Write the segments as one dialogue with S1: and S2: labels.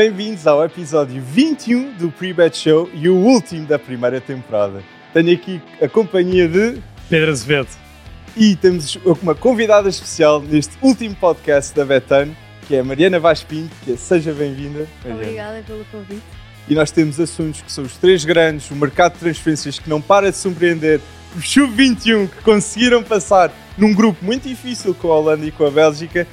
S1: Bem-vindos ao episódio 21 do Pre-Bet Show e o último da primeira temporada. Tenho aqui a companhia de.
S2: Pedro Azevedo.
S1: E temos uma convidada especial neste último podcast da Betano, que é a Mariana Vaz Pinto, que é, seja bem-vinda. Mariana.
S3: Obrigada é pelo convite.
S1: E nós temos assuntos que são os três grandes, o mercado de transferências que não para de surpreender, o Sub 21 que conseguiram passar num grupo muito difícil com a Holanda e com a Bélgica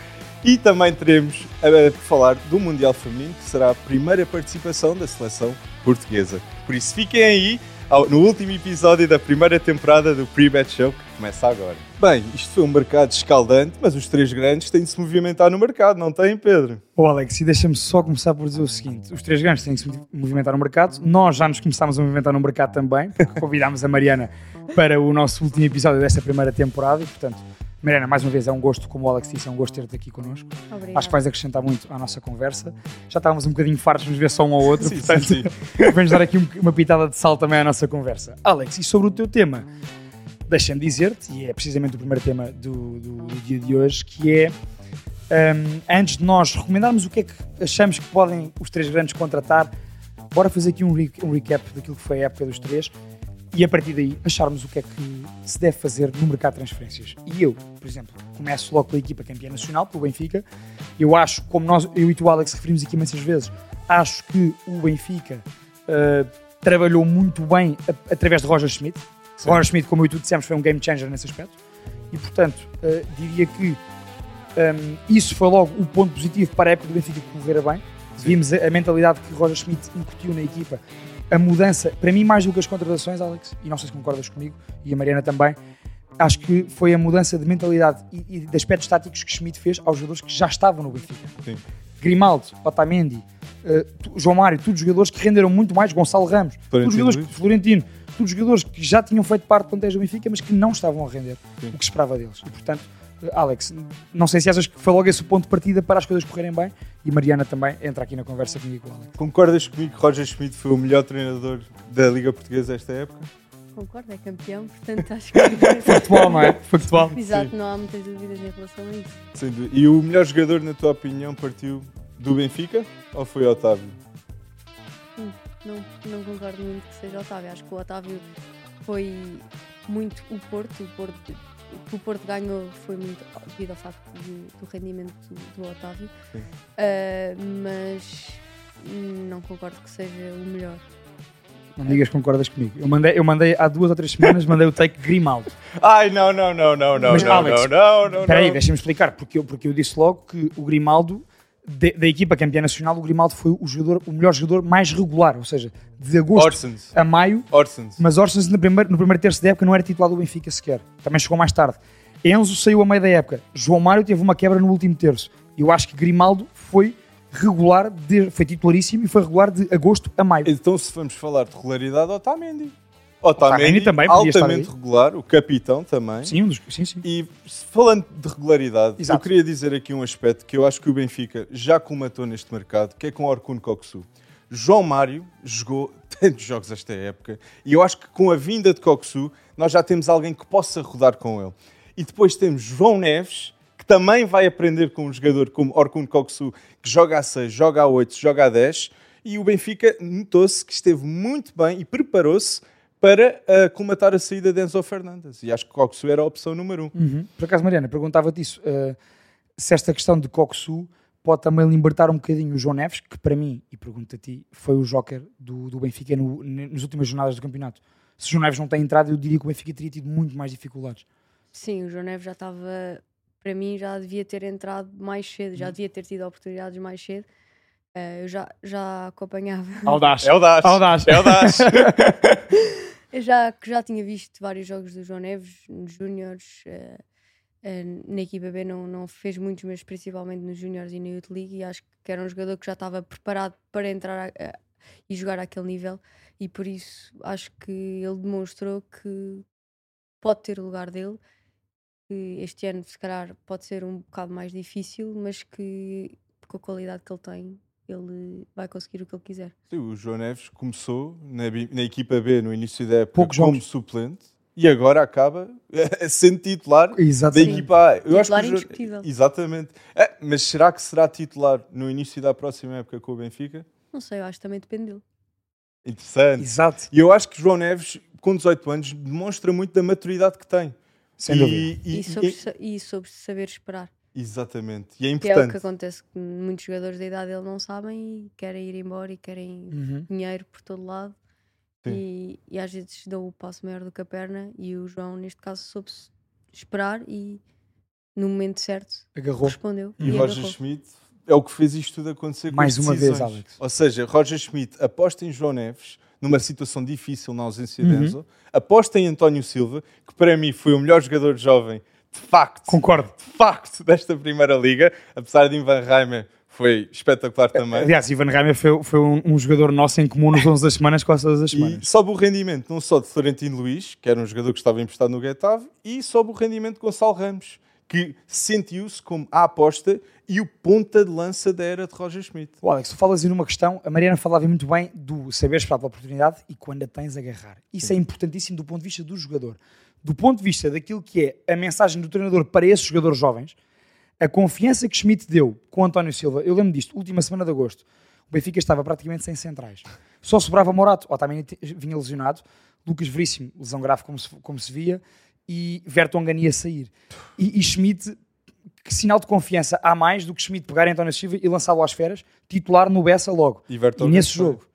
S1: e também teremos a, a falar do Mundial Feminino, que será a primeira participação da seleção portuguesa. Por isso, fiquem aí ao- no último episódio da primeira temporada do Pre-Bet Show, que começa agora. Bem, isto foi um mercado escaldante, mas os três grandes têm de se movimentar no mercado, não têm, Pedro?
S2: Ô Alex, e deixa-me só começar por dizer o seguinte: os três grandes têm que se movimentar no mercado. Nós já nos começámos a movimentar no mercado também, porque convidámos a Mariana para o nosso último episódio desta primeira temporada. E, portanto, Mariana, mais uma vez, é um gosto, como o Alex disse, é um gosto ter-te aqui connosco.
S3: Obrigada.
S2: Acho que vais acrescentar muito à nossa conversa. Já estávamos um bocadinho fartos de nos ver só um ao outro, portanto,
S1: sim.
S2: vamos dar aqui um- uma pitada de sal também à nossa conversa. Alex, e sobre o teu tema? Deixa-me dizer-te, e é precisamente o primeiro tema do, do- do dia de hoje, que é hum, antes de nós recomendarmos o que é que achamos que podem os três grandes contratar, bora fazer aqui um, re- um recap daquilo que foi a época dos três e a partir daí acharmos o que é que se deve fazer no mercado de transferências. E eu, por exemplo, começo logo pela equipa campeã nacional, pelo Benfica. Eu acho, como nós, eu e tu, Alex, referimos aqui imensas vezes, acho que o Benfica uh, trabalhou muito bem a- através de Roger Schmidt. Roger Schmidt, como eu e tu dissemos, foi um game changer nesse aspecto. E, portanto, uh, diria que um, isso foi logo o ponto positivo para a época do Benfica que correra bem. Vimos a, a mentalidade que Roger Schmidt incutiu na equipa. A mudança, para mim, mais do que as contratações, Alex, e não sei se concordas comigo, e a Mariana também, acho que foi a mudança de mentalidade e, e de aspectos táticos que Schmidt fez aos jogadores que já estavam no Benfica.
S1: Sim.
S2: Grimaldo, Otamendi, eh, tu- João Mário, todos jogadores que renderam muito mais, Gonçalo Ramos, todos
S1: Florentino
S2: jogadores,
S1: Luís.
S2: Florentino, todos jogadores que já tinham feito parte do plantéis do Benfica, mas que não estavam a render
S1: Sim.
S2: o que esperava deles. E, portanto, eh, Alex, não sei se achas que foi logo esse o ponto de partida para as coisas correrem bem, e Mariana também entra aqui na conversa comigo e com o Alex.
S1: Concordas comigo que Roger Schmidt foi o melhor treinador da Liga Portuguesa esta época?
S3: Concordo, é campeão, portanto acho que.
S2: Factual, não é? Factual.
S3: Exato, não há muitas dúvidas em relação a isso.
S1: Sem dúvida. E o melhor jogador, na tua opinião, partiu do Benfica ou foi Otávio?
S3: Não, não concordo muito que seja Otávio. Acho que o Otávio foi muito o Porto. O, Porto, o que o Porto ganhou foi muito devido ao facto do, do rendimento do, do Otávio.
S1: Sim.
S3: Ah, mas hum, não concordo que seja o melhor.
S2: Não digas que concordas comigo. Eu mandei, eu mandei há duas ou três semanas, mandei o take Grimaldo.
S1: Ai, não, não, não, não, não,
S2: Mas,
S1: não,
S2: Alex,
S1: não, não, não.
S2: Espera aí,
S1: não.
S2: deixa-me explicar, porque eu, porque eu disse logo que o Grimaldo, de- da equipa campeã nacional, o Grimaldo foi o, jogador, o melhor jogador mais regular, ou seja, de agosto
S1: Orsons.
S2: a maio,
S1: Orsons.
S2: mas Orsens no primeiro, no primeiro terço da época não era titular do Benfica sequer, também chegou mais tarde. Enzo saiu a meio da época, João Mário teve uma quebra no último terço. Eu acho que Grimaldo foi regular, de- foi titularíssimo e foi regular de agosto a maio.
S1: Então, se vamos falar de regularidade, Otamendi.
S2: Otamendi também podia estar
S1: altamente regular, o capitão também.
S2: Sim, um dos- sim, sim.
S1: E se- falando de regularidade,
S2: Exato.
S1: eu queria dizer aqui um aspecto que eu acho que o Benfica já comatou neste mercado, que é com Orkun Koksu. João Mário jogou tantos jogos esta época e eu acho que com a vinda de Koksu nós já temos alguém que possa rodar com ele. E depois temos João Neves, que também vai aprender com um jogador como Orkun Koksu, que joga a 6, joga a 8, joga a 10. E o Benfica notou-se que esteve muito bem e preparou-se para ah, colmatar a saída de Enzo Fernandes. E acho que Koksu era a opção número um.
S2: Uhum. Por acaso, Mariana, perguntava-te isso. eh, se esta questão de Coxu pode também libertar um bocadinho o João Neves, que para mim, e pergunto a ti, foi o joker do, do Benfica no, ne- nas últimas jornadas do campeonato. Se o João Neves não tem entrado, eu diria que o Benfica teria tido muito mais dificuldades.
S3: Sim, o João Neves já estava, para mim, já devia ter entrado mais cedo, já devia ter tido oportunidades mais cedo. Eh, eu já, já acompanhava,
S2: Audaz.
S1: É o Dash.
S2: Audaz.
S1: É o Dash.
S3: eu já, que já tinha visto vários jogos do João Neves, nos Júniores, eh, eh, na equipa B não, não fez muitos, mas principalmente nos Júniores e na Youth League, e acho que era um jogador que já estava preparado para entrar a- a- e jogar àquele nível, e por isso acho que ele demonstrou que pode ter o lugar dele. que este ano se calhar pode ser um bocado mais difícil, mas que com a qualidade que ele tem, ele vai conseguir o que ele quiser.
S1: Sim, O João Neves começou na, bi- na equipa B no início da época
S2: Poucos
S1: como
S2: jogos.
S1: suplente. e agora acaba sendo titular da
S2: Exatamente.
S1: equipa A. Eu acho que o
S3: Titular
S1: Jo-
S3: indiscutível.
S1: Exatamente. É, mas será que será titular no início da próxima época com o Benfica?
S3: Não sei, eu acho que também depende dele.
S1: Interessante.
S2: Exato.
S1: E eu acho que João Neves, com 18 anos, demonstra muito da maturidade que tem.
S2: Sem
S1: E-
S2: dúvida.
S1: e-
S3: E, sobre, sa- e sobre saber esperar.
S1: Exatamente. E é
S3: Que é o
S1: importante.
S3: que acontece, que muitos jogadores da idade dele não sabem e querem ir embora e querem
S2: Uhum.
S3: dinheiro por todo lado.
S1: Sim.
S3: E, e às vezes dão o passo maior do que a perna. E o João, neste caso, soube esperar e no momento certo
S2: Agarrou.
S3: respondeu.
S1: E
S3: e
S1: Roger
S3: agarrou.
S1: Schmidt é o que fez isto tudo acontecer com
S2: Mais
S1: as
S2: uma vez,
S1: decisões.
S2: Alex.
S1: Ou seja, Roger Schmidt aposta em João Neves numa situação difícil na ausência
S2: Uhum.
S1: de Enzo, aposta em António Silva, que para mim foi o melhor jogador jovem, de facto,
S2: Concordo.
S1: de facto, desta Primeira Liga, apesar de Ivan Reimer foi espetacular também.
S2: É, Aliás, Ivan Reimer foi, foi um, um jogador nosso em comum nos 11 das semanas, quase todas as
S1: E
S2: semanas.
S1: sobe o rendimento não só de Florentino Luís, que era um jogador que estava emprestado no Getafe, e sobe o rendimento de Gonçalo Ramos, que sentiu-se como a aposta e o ponta de lança da era de Roger Schmidt.
S2: O Alex, tu falas aí numa questão, a Mariana falava muito bem do saber esperar pela oportunidade e quando a tens agarrar. Isso é importantíssimo do ponto de vista do jogador. Do ponto de vista daquilo que é a mensagem do treinador para esses jogadores jovens, a confiança que Schmidt deu com António Silva, eu lembro disto, última semana de agosto, o Benfica estava praticamente sem centrais. Só sobrava Morato, Otamendi te- vinha lesionado, Lucas Veríssimo, lesão grave como se, como se via, e Vertonghen ia sair. E, e Schmidt, que sinal de confiança há mais do que Schmidt pegar em António Silva e lançá-lo às feras, titular no Bessa logo.
S1: E
S2: E
S1: Vertonghen
S2: nesse
S1: foi.
S2: jogo,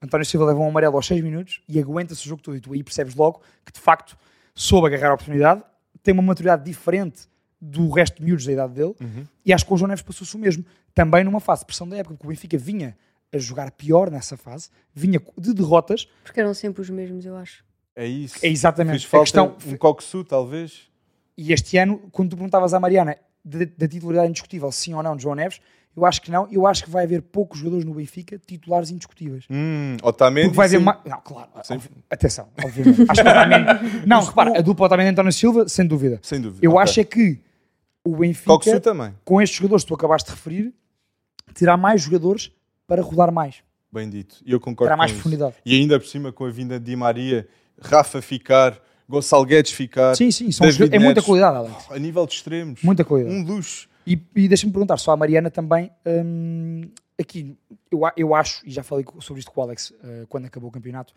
S2: António Silva leva um amarelo aos 6 minutos e aguenta-se o jogo todo. E tu aí percebes logo que, de facto, soube agarrar a oportunidade, tem uma maturidade diferente do resto de miúdos da idade dele.
S1: Uhum.
S2: E acho que com o João Neves passou-se o mesmo. Também numa fase de pressão da época, porque o Benfica vinha a jogar pior nessa fase, vinha de derrotas.
S3: Porque eram sempre os mesmos, eu acho.
S1: É isso.
S2: É exatamente
S1: Fez
S2: a
S1: falta
S2: questão.
S1: um coxu, talvez.
S2: E este ano, quando tu perguntavas à Mariana da da titularidade indiscutível, sim ou não, de João Neves, eu acho que não. Eu acho que vai haver poucos jogadores no Benfica titulares indiscutíveis.
S1: Hum, Otamendi.
S2: Porque vai haver
S1: sim.
S2: mais. Não, claro.
S1: Sim.
S2: obvi- Atenção, obviamente. Acho que Otamendi- Não, repara, a dupla Otamendi e António Silva, sem dúvida.
S1: Sem dúvida.
S2: Eu
S1: Ok.
S2: acho é que o
S1: Coxu
S2: Benfica,
S1: também.
S2: com estes jogadores que tu acabaste de referir, terá mais jogadores para rodar mais,
S1: Bem dito. E eu concordo
S2: terá
S1: com
S2: mais
S1: isso.
S2: profundidade.
S1: E ainda por cima, com a vinda de Di Maria, Rafa ficar, Gonçalo Guedes ficar.
S2: Sim, sim, são
S1: David
S2: jogadores- é muita
S1: Neres.
S2: qualidade, Alex.
S1: A nível de extremos.
S2: Muita qualidade.
S1: Um luxo.
S2: E, e deixa-me perguntar só à Mariana também. hum, aqui, eu, a- eu acho, e já falei co- sobre isto com o Alex eh, quando acabou o campeonato,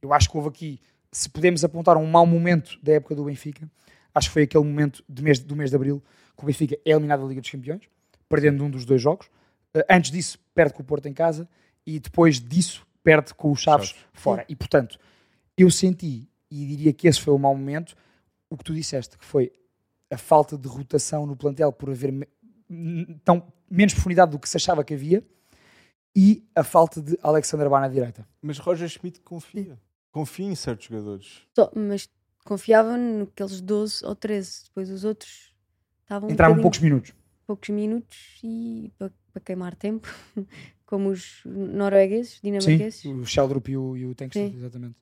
S2: eu acho que houve aqui, se podemos apontar um mau momento da época do Benfica, acho que foi aquele momento do mês, do mês de abril que o Benfica é eliminado da Liga dos Campeões, perdendo um dos dois jogos. Eh, antes disso, perde com o Porto em casa e depois disso, perde com o Chaves,
S1: Chaves.
S2: fora. E portanto, eu senti, e diria que esse foi o mau momento, o que tu disseste, que foi a falta de rotação no plantel por haver me- n- tão menos profundidade do que se achava que havia e a falta de Alexander Bá na direita.
S1: Mas Roger Schmidt confia. Confia em certos jogadores.
S3: Só- mas confiava naqueles 12 ou 13. Depois os outros estavam um
S2: Entraram
S3: bocadinho-
S2: poucos minutos.
S3: poucos minutos e para, queimar tempo, como os noruegueses, dinamarqueses.
S2: o Sheldrup e o, e o Tankstead,
S3: é Sim.
S2: exatamente.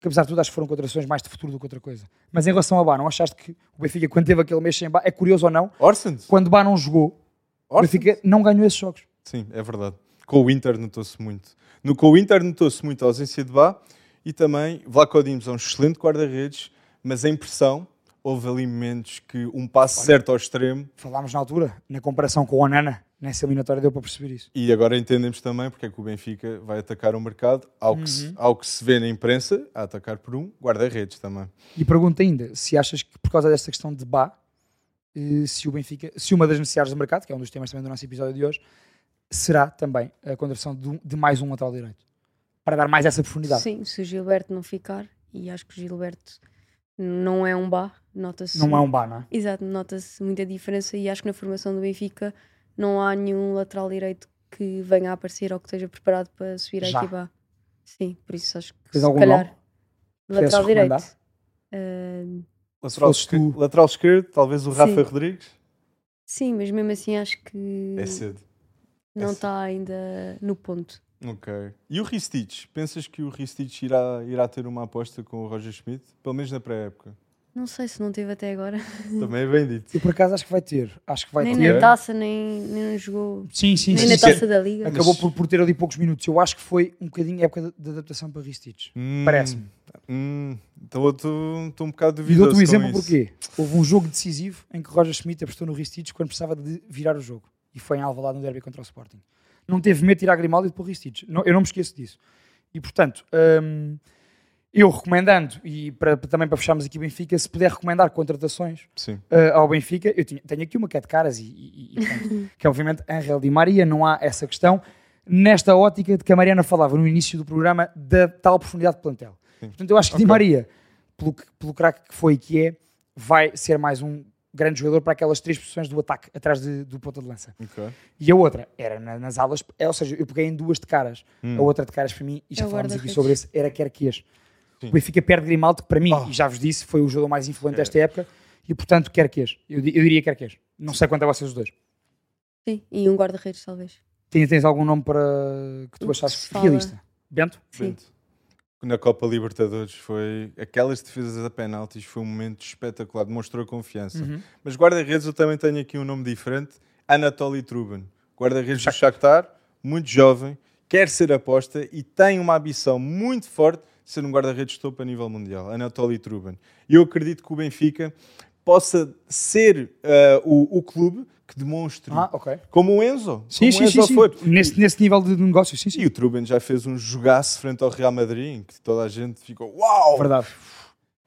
S2: Que apesar de tudo, acho que foram contrações mais de futuro do que outra coisa. Mas em relação a Bá, não achaste que o Benfica, quando teve aquele mês sem Bá, é curioso ou não,
S1: Orsens.
S2: quando Bá não jogou, o
S1: Orsens.
S2: Benfica não ganhou esses jogos.
S1: Sim, é verdade. Com o Inter notou-se muito. No, com o Inter notou-se muito a ausência de Bá e também Vlaco Dimos é um excelente guarda-redes, mas em pressão houve ali momentos que um passo certo ao extremo
S2: Falámos na altura, na comparação com o Onana, nessa eliminatória deu para perceber isso.
S1: e agora entendemos também porque é que o Benfica vai atacar o mercado, ao, que,
S3: Uhum.
S1: se, ao que se vê na imprensa, a atacar por um guarda-redes também.
S2: E pergunta ainda se achas que por causa desta questão de Bá, eh, se o Benfica, se uma das necessidades do mercado, que é um dos temas também do nosso episódio de hoje, será também a contratação de, um- de mais um lateral direito para dar mais essa profundidade.
S3: Sim, se o Gilberto não ficar, e acho que o Gilberto não é um bar, nota-se.
S2: Não é um Bá, não é?
S3: Exato, nota-se muita diferença e acho que na formação do Benfica não há nenhum lateral direito que venha a aparecer ou que esteja preparado para subir à
S2: Já.
S3: equipa. A. Sim, por isso acho que
S2: Tens
S3: se
S2: algum
S3: calhar
S2: nome? Queres
S3: lateral direito.
S2: recomendar?
S3: Ah,
S1: Lateral,
S2: fosse tu-
S1: esquer- lateral esquerdo, talvez o Rafa
S3: Sim.
S1: Rodrigues.
S3: sim, mas mesmo assim acho que
S1: É cedo.
S3: não
S1: cedo.
S3: está ainda no ponto.
S1: Ok. E o Ristich? Pensas que o Ristich irá, irá ter uma aposta com o Roger Schmidt? Pelo menos na pré-época.
S3: Não sei se não teve até agora.
S1: Também é bem dito.
S2: Eu por acaso acho que vai ter. Acho que vai
S3: nem
S2: ter.
S1: Yeah.
S3: na taça, nem, nem jogou.
S4: Sim, sim,
S3: Nem
S4: sim.
S3: na
S1: Isso é-
S3: taça da liga.
S2: Acabou
S1: Mas-
S2: por, por ter ali poucos minutos. Eu acho que foi um bocadinho a época de adaptação para Ristich.
S1: Hum,
S2: Parece-me.
S1: hum, então eu estou estou um bocado
S2: E
S1: duvidoso.
S2: dou-te um
S1: com
S2: exemplo
S1: isso.
S2: porquê. Houve um jogo decisivo em que Roger Schmidt apostou no Ristich quando precisava de virar o jogo. E foi em Alvalade no derby contra o Sporting. Não teve medo de tirar Grimaldi e depois Ristich. Não, eu não me esqueço disso. E portanto, hum, eu recomendando, e para, para- também para fecharmos aqui o Benfica, se puder recomendar contratações
S1: Sim.
S2: uh, ao Benfica, eu tinha- tenho aqui uma que é de caras e, e- e, portanto, que é obviamente Angel Di Maria, não há essa questão. Nesta ótica de que a Mariana falava no início do programa da tal profundidade de plantel. Portanto, eu acho que Di
S1: Ok.
S2: Maria, pelo, que- pelo craque que foi e que é, vai ser mais um grande jogador para aquelas três posições do ataque atrás de- do ponta de lança.
S1: ok.
S2: E a outra era na- nas alas, é, ou seja, eu peguei em duas de caras. A outra de caras para mim, e já
S3: É o
S2: falámos aqui
S3: guarda-redes.
S2: sobre esse, era Kerkias.
S1: Sim.
S2: O Benfica perde Grimaldo, que para mim,
S1: Oh.
S2: e já vos disse, foi o jogador mais influente desta época, e portanto Kerkias. Eu, di- eu diria Kerkias. Não sei quanto a vocês os dois.
S3: Sim, e um guarda-redes, talvez.
S2: Tens, tens algum nome para que
S3: O
S2: tu
S3: que
S2: achasses
S3: se fala.
S2: realista? Bento?
S3: Sim.
S1: Bento. Na Copa Libertadores foi aquelas defesas a penaltis foi um momento espetacular, demonstrou confiança.
S2: Uhum.
S1: Mas guarda-redes eu também tenho aqui um nome diferente, Anatoly Truban. Guarda-redes do Shakhtar, muito jovem, quer ser aposta e tem uma ambição muito forte de ser um guarda-redes topo a nível mundial, Anatoly Truban. E eu acredito que o Benfica possa ser ah, o, o clube que demonstre
S2: Ah, ok.
S1: como o Enzo,
S2: Sim,
S1: como o
S2: sim,
S1: Enzo
S2: sim. sim.
S1: foi.
S2: Nesse, nesse nível de negócio, sim, sim.
S1: E o Truben já fez um jogaço frente ao Real Madrid, em que toda a gente ficou uau!
S2: Oh, Verdade.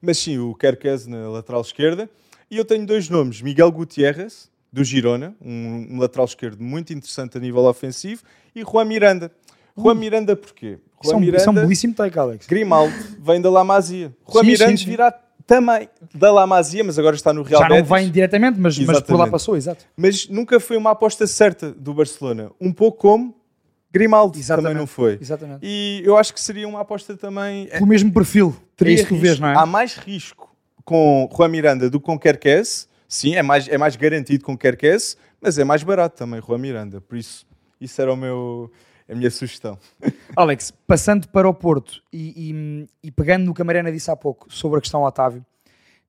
S1: Mas sim, o Kerkez na lateral esquerda. E eu tenho dois nomes: Miguel Gutierrez, do Girona, um, um lateral esquerdo muito interessante a nível ofensivo, e Juan Miranda. Juan Miranda, porquê?
S2: Isso é,
S1: Juan
S2: um, isso é um
S1: Miranda,
S2: belíssimo take, Alex.
S1: Grimaldo, vem da La Masia. Juan
S2: Sim, sim,
S1: Miranda
S2: sim.
S1: virá também da La Masia, mas agora está no Real
S2: Já não
S1: Betis.
S2: vem diretamente, mas, mas por lá
S1: Exatamente.
S2: passou, exato.
S1: Mas nunca foi uma aposta certa do Barcelona. Um pouco como Grimaldo também não foi.
S2: Exatamente.
S1: E eu acho que seria uma aposta também.
S2: pelo mesmo perfil. É
S1: Teria
S2: isso que tu
S1: risco.
S2: vês, não é?
S1: Há mais risco com Juan Miranda do que com Kerkez. Sim, é mais, é mais garantido com Kerkez, mas é mais barato também Juan Miranda. Por isso, isso era o meu, a minha sugestão.
S2: Alex, passando para o Porto e, e- e pegando no que a Mariana disse há pouco sobre a questão Otávio,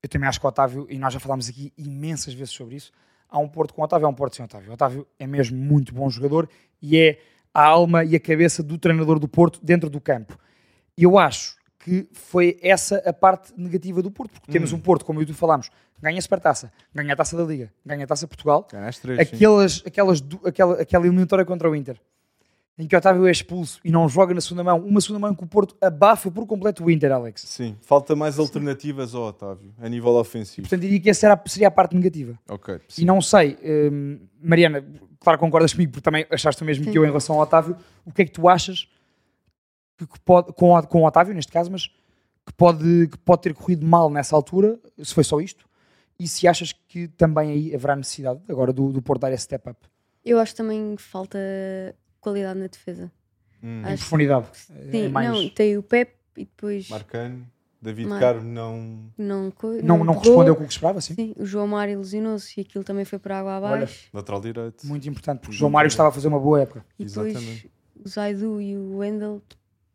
S2: eu também acho que o Otávio, e nós já falámos aqui imensas vezes sobre isso, há um Porto com Otávio, há um Porto sem Otávio. O Otávio é mesmo muito bom jogador e é a alma e a cabeça do treinador do Porto dentro do campo. E eu acho que foi essa a parte negativa do Porto, porque temos um Porto, como eu e tu falámos, ganha a Supertaça, ganha a Taça da Liga, ganha a Taça de Portugal,
S1: Ganhaste três.
S2: aquelas, aquelas, du- aquela, aquela eliminatória contra o Inter, em que Otávio é expulso e não joga na segunda mão, uma segunda mão que o Porto abafa por completo o Inter, Alex.
S1: Sim, falta mais alternativas ao Otávio, a nível ofensivo.
S2: Portanto, diria que essa era, a- seria a parte negativa.
S1: Ok.
S2: E não sei, hum, Mariana, claro que concordas comigo, porque também achaste o mesmo que eu em relação ao Otávio. O que é que tu achas que que pode, com, o- com o Otávio, neste caso, mas que pode, que pode ter corrido mal nessa altura, se foi só isto? E se achas que também aí haverá necessidade agora do, do Porto dar esse step up
S3: Eu acho também que falta qualidade na defesa.
S1: Hum.
S2: em
S3: Acho
S2: profundidade?
S3: que
S2: É
S3: tem,
S2: mais-
S3: não, tem o Pep e depois
S1: Marcano, David
S3: Mar-
S1: Carmo não.
S3: não, co-
S2: não, não
S3: pegou.
S2: respondeu com o que esperava, sim.
S3: Sim, o João Mário lesionou-se e aquilo também foi para a água abaixo.
S1: Lateral direito.
S2: Muito importante, porque o
S1: Muito
S2: João Mário
S1: importante.
S2: estava a fazer uma boa época.
S3: e depois
S1: exatamente.
S3: o Zaidu e o Wendel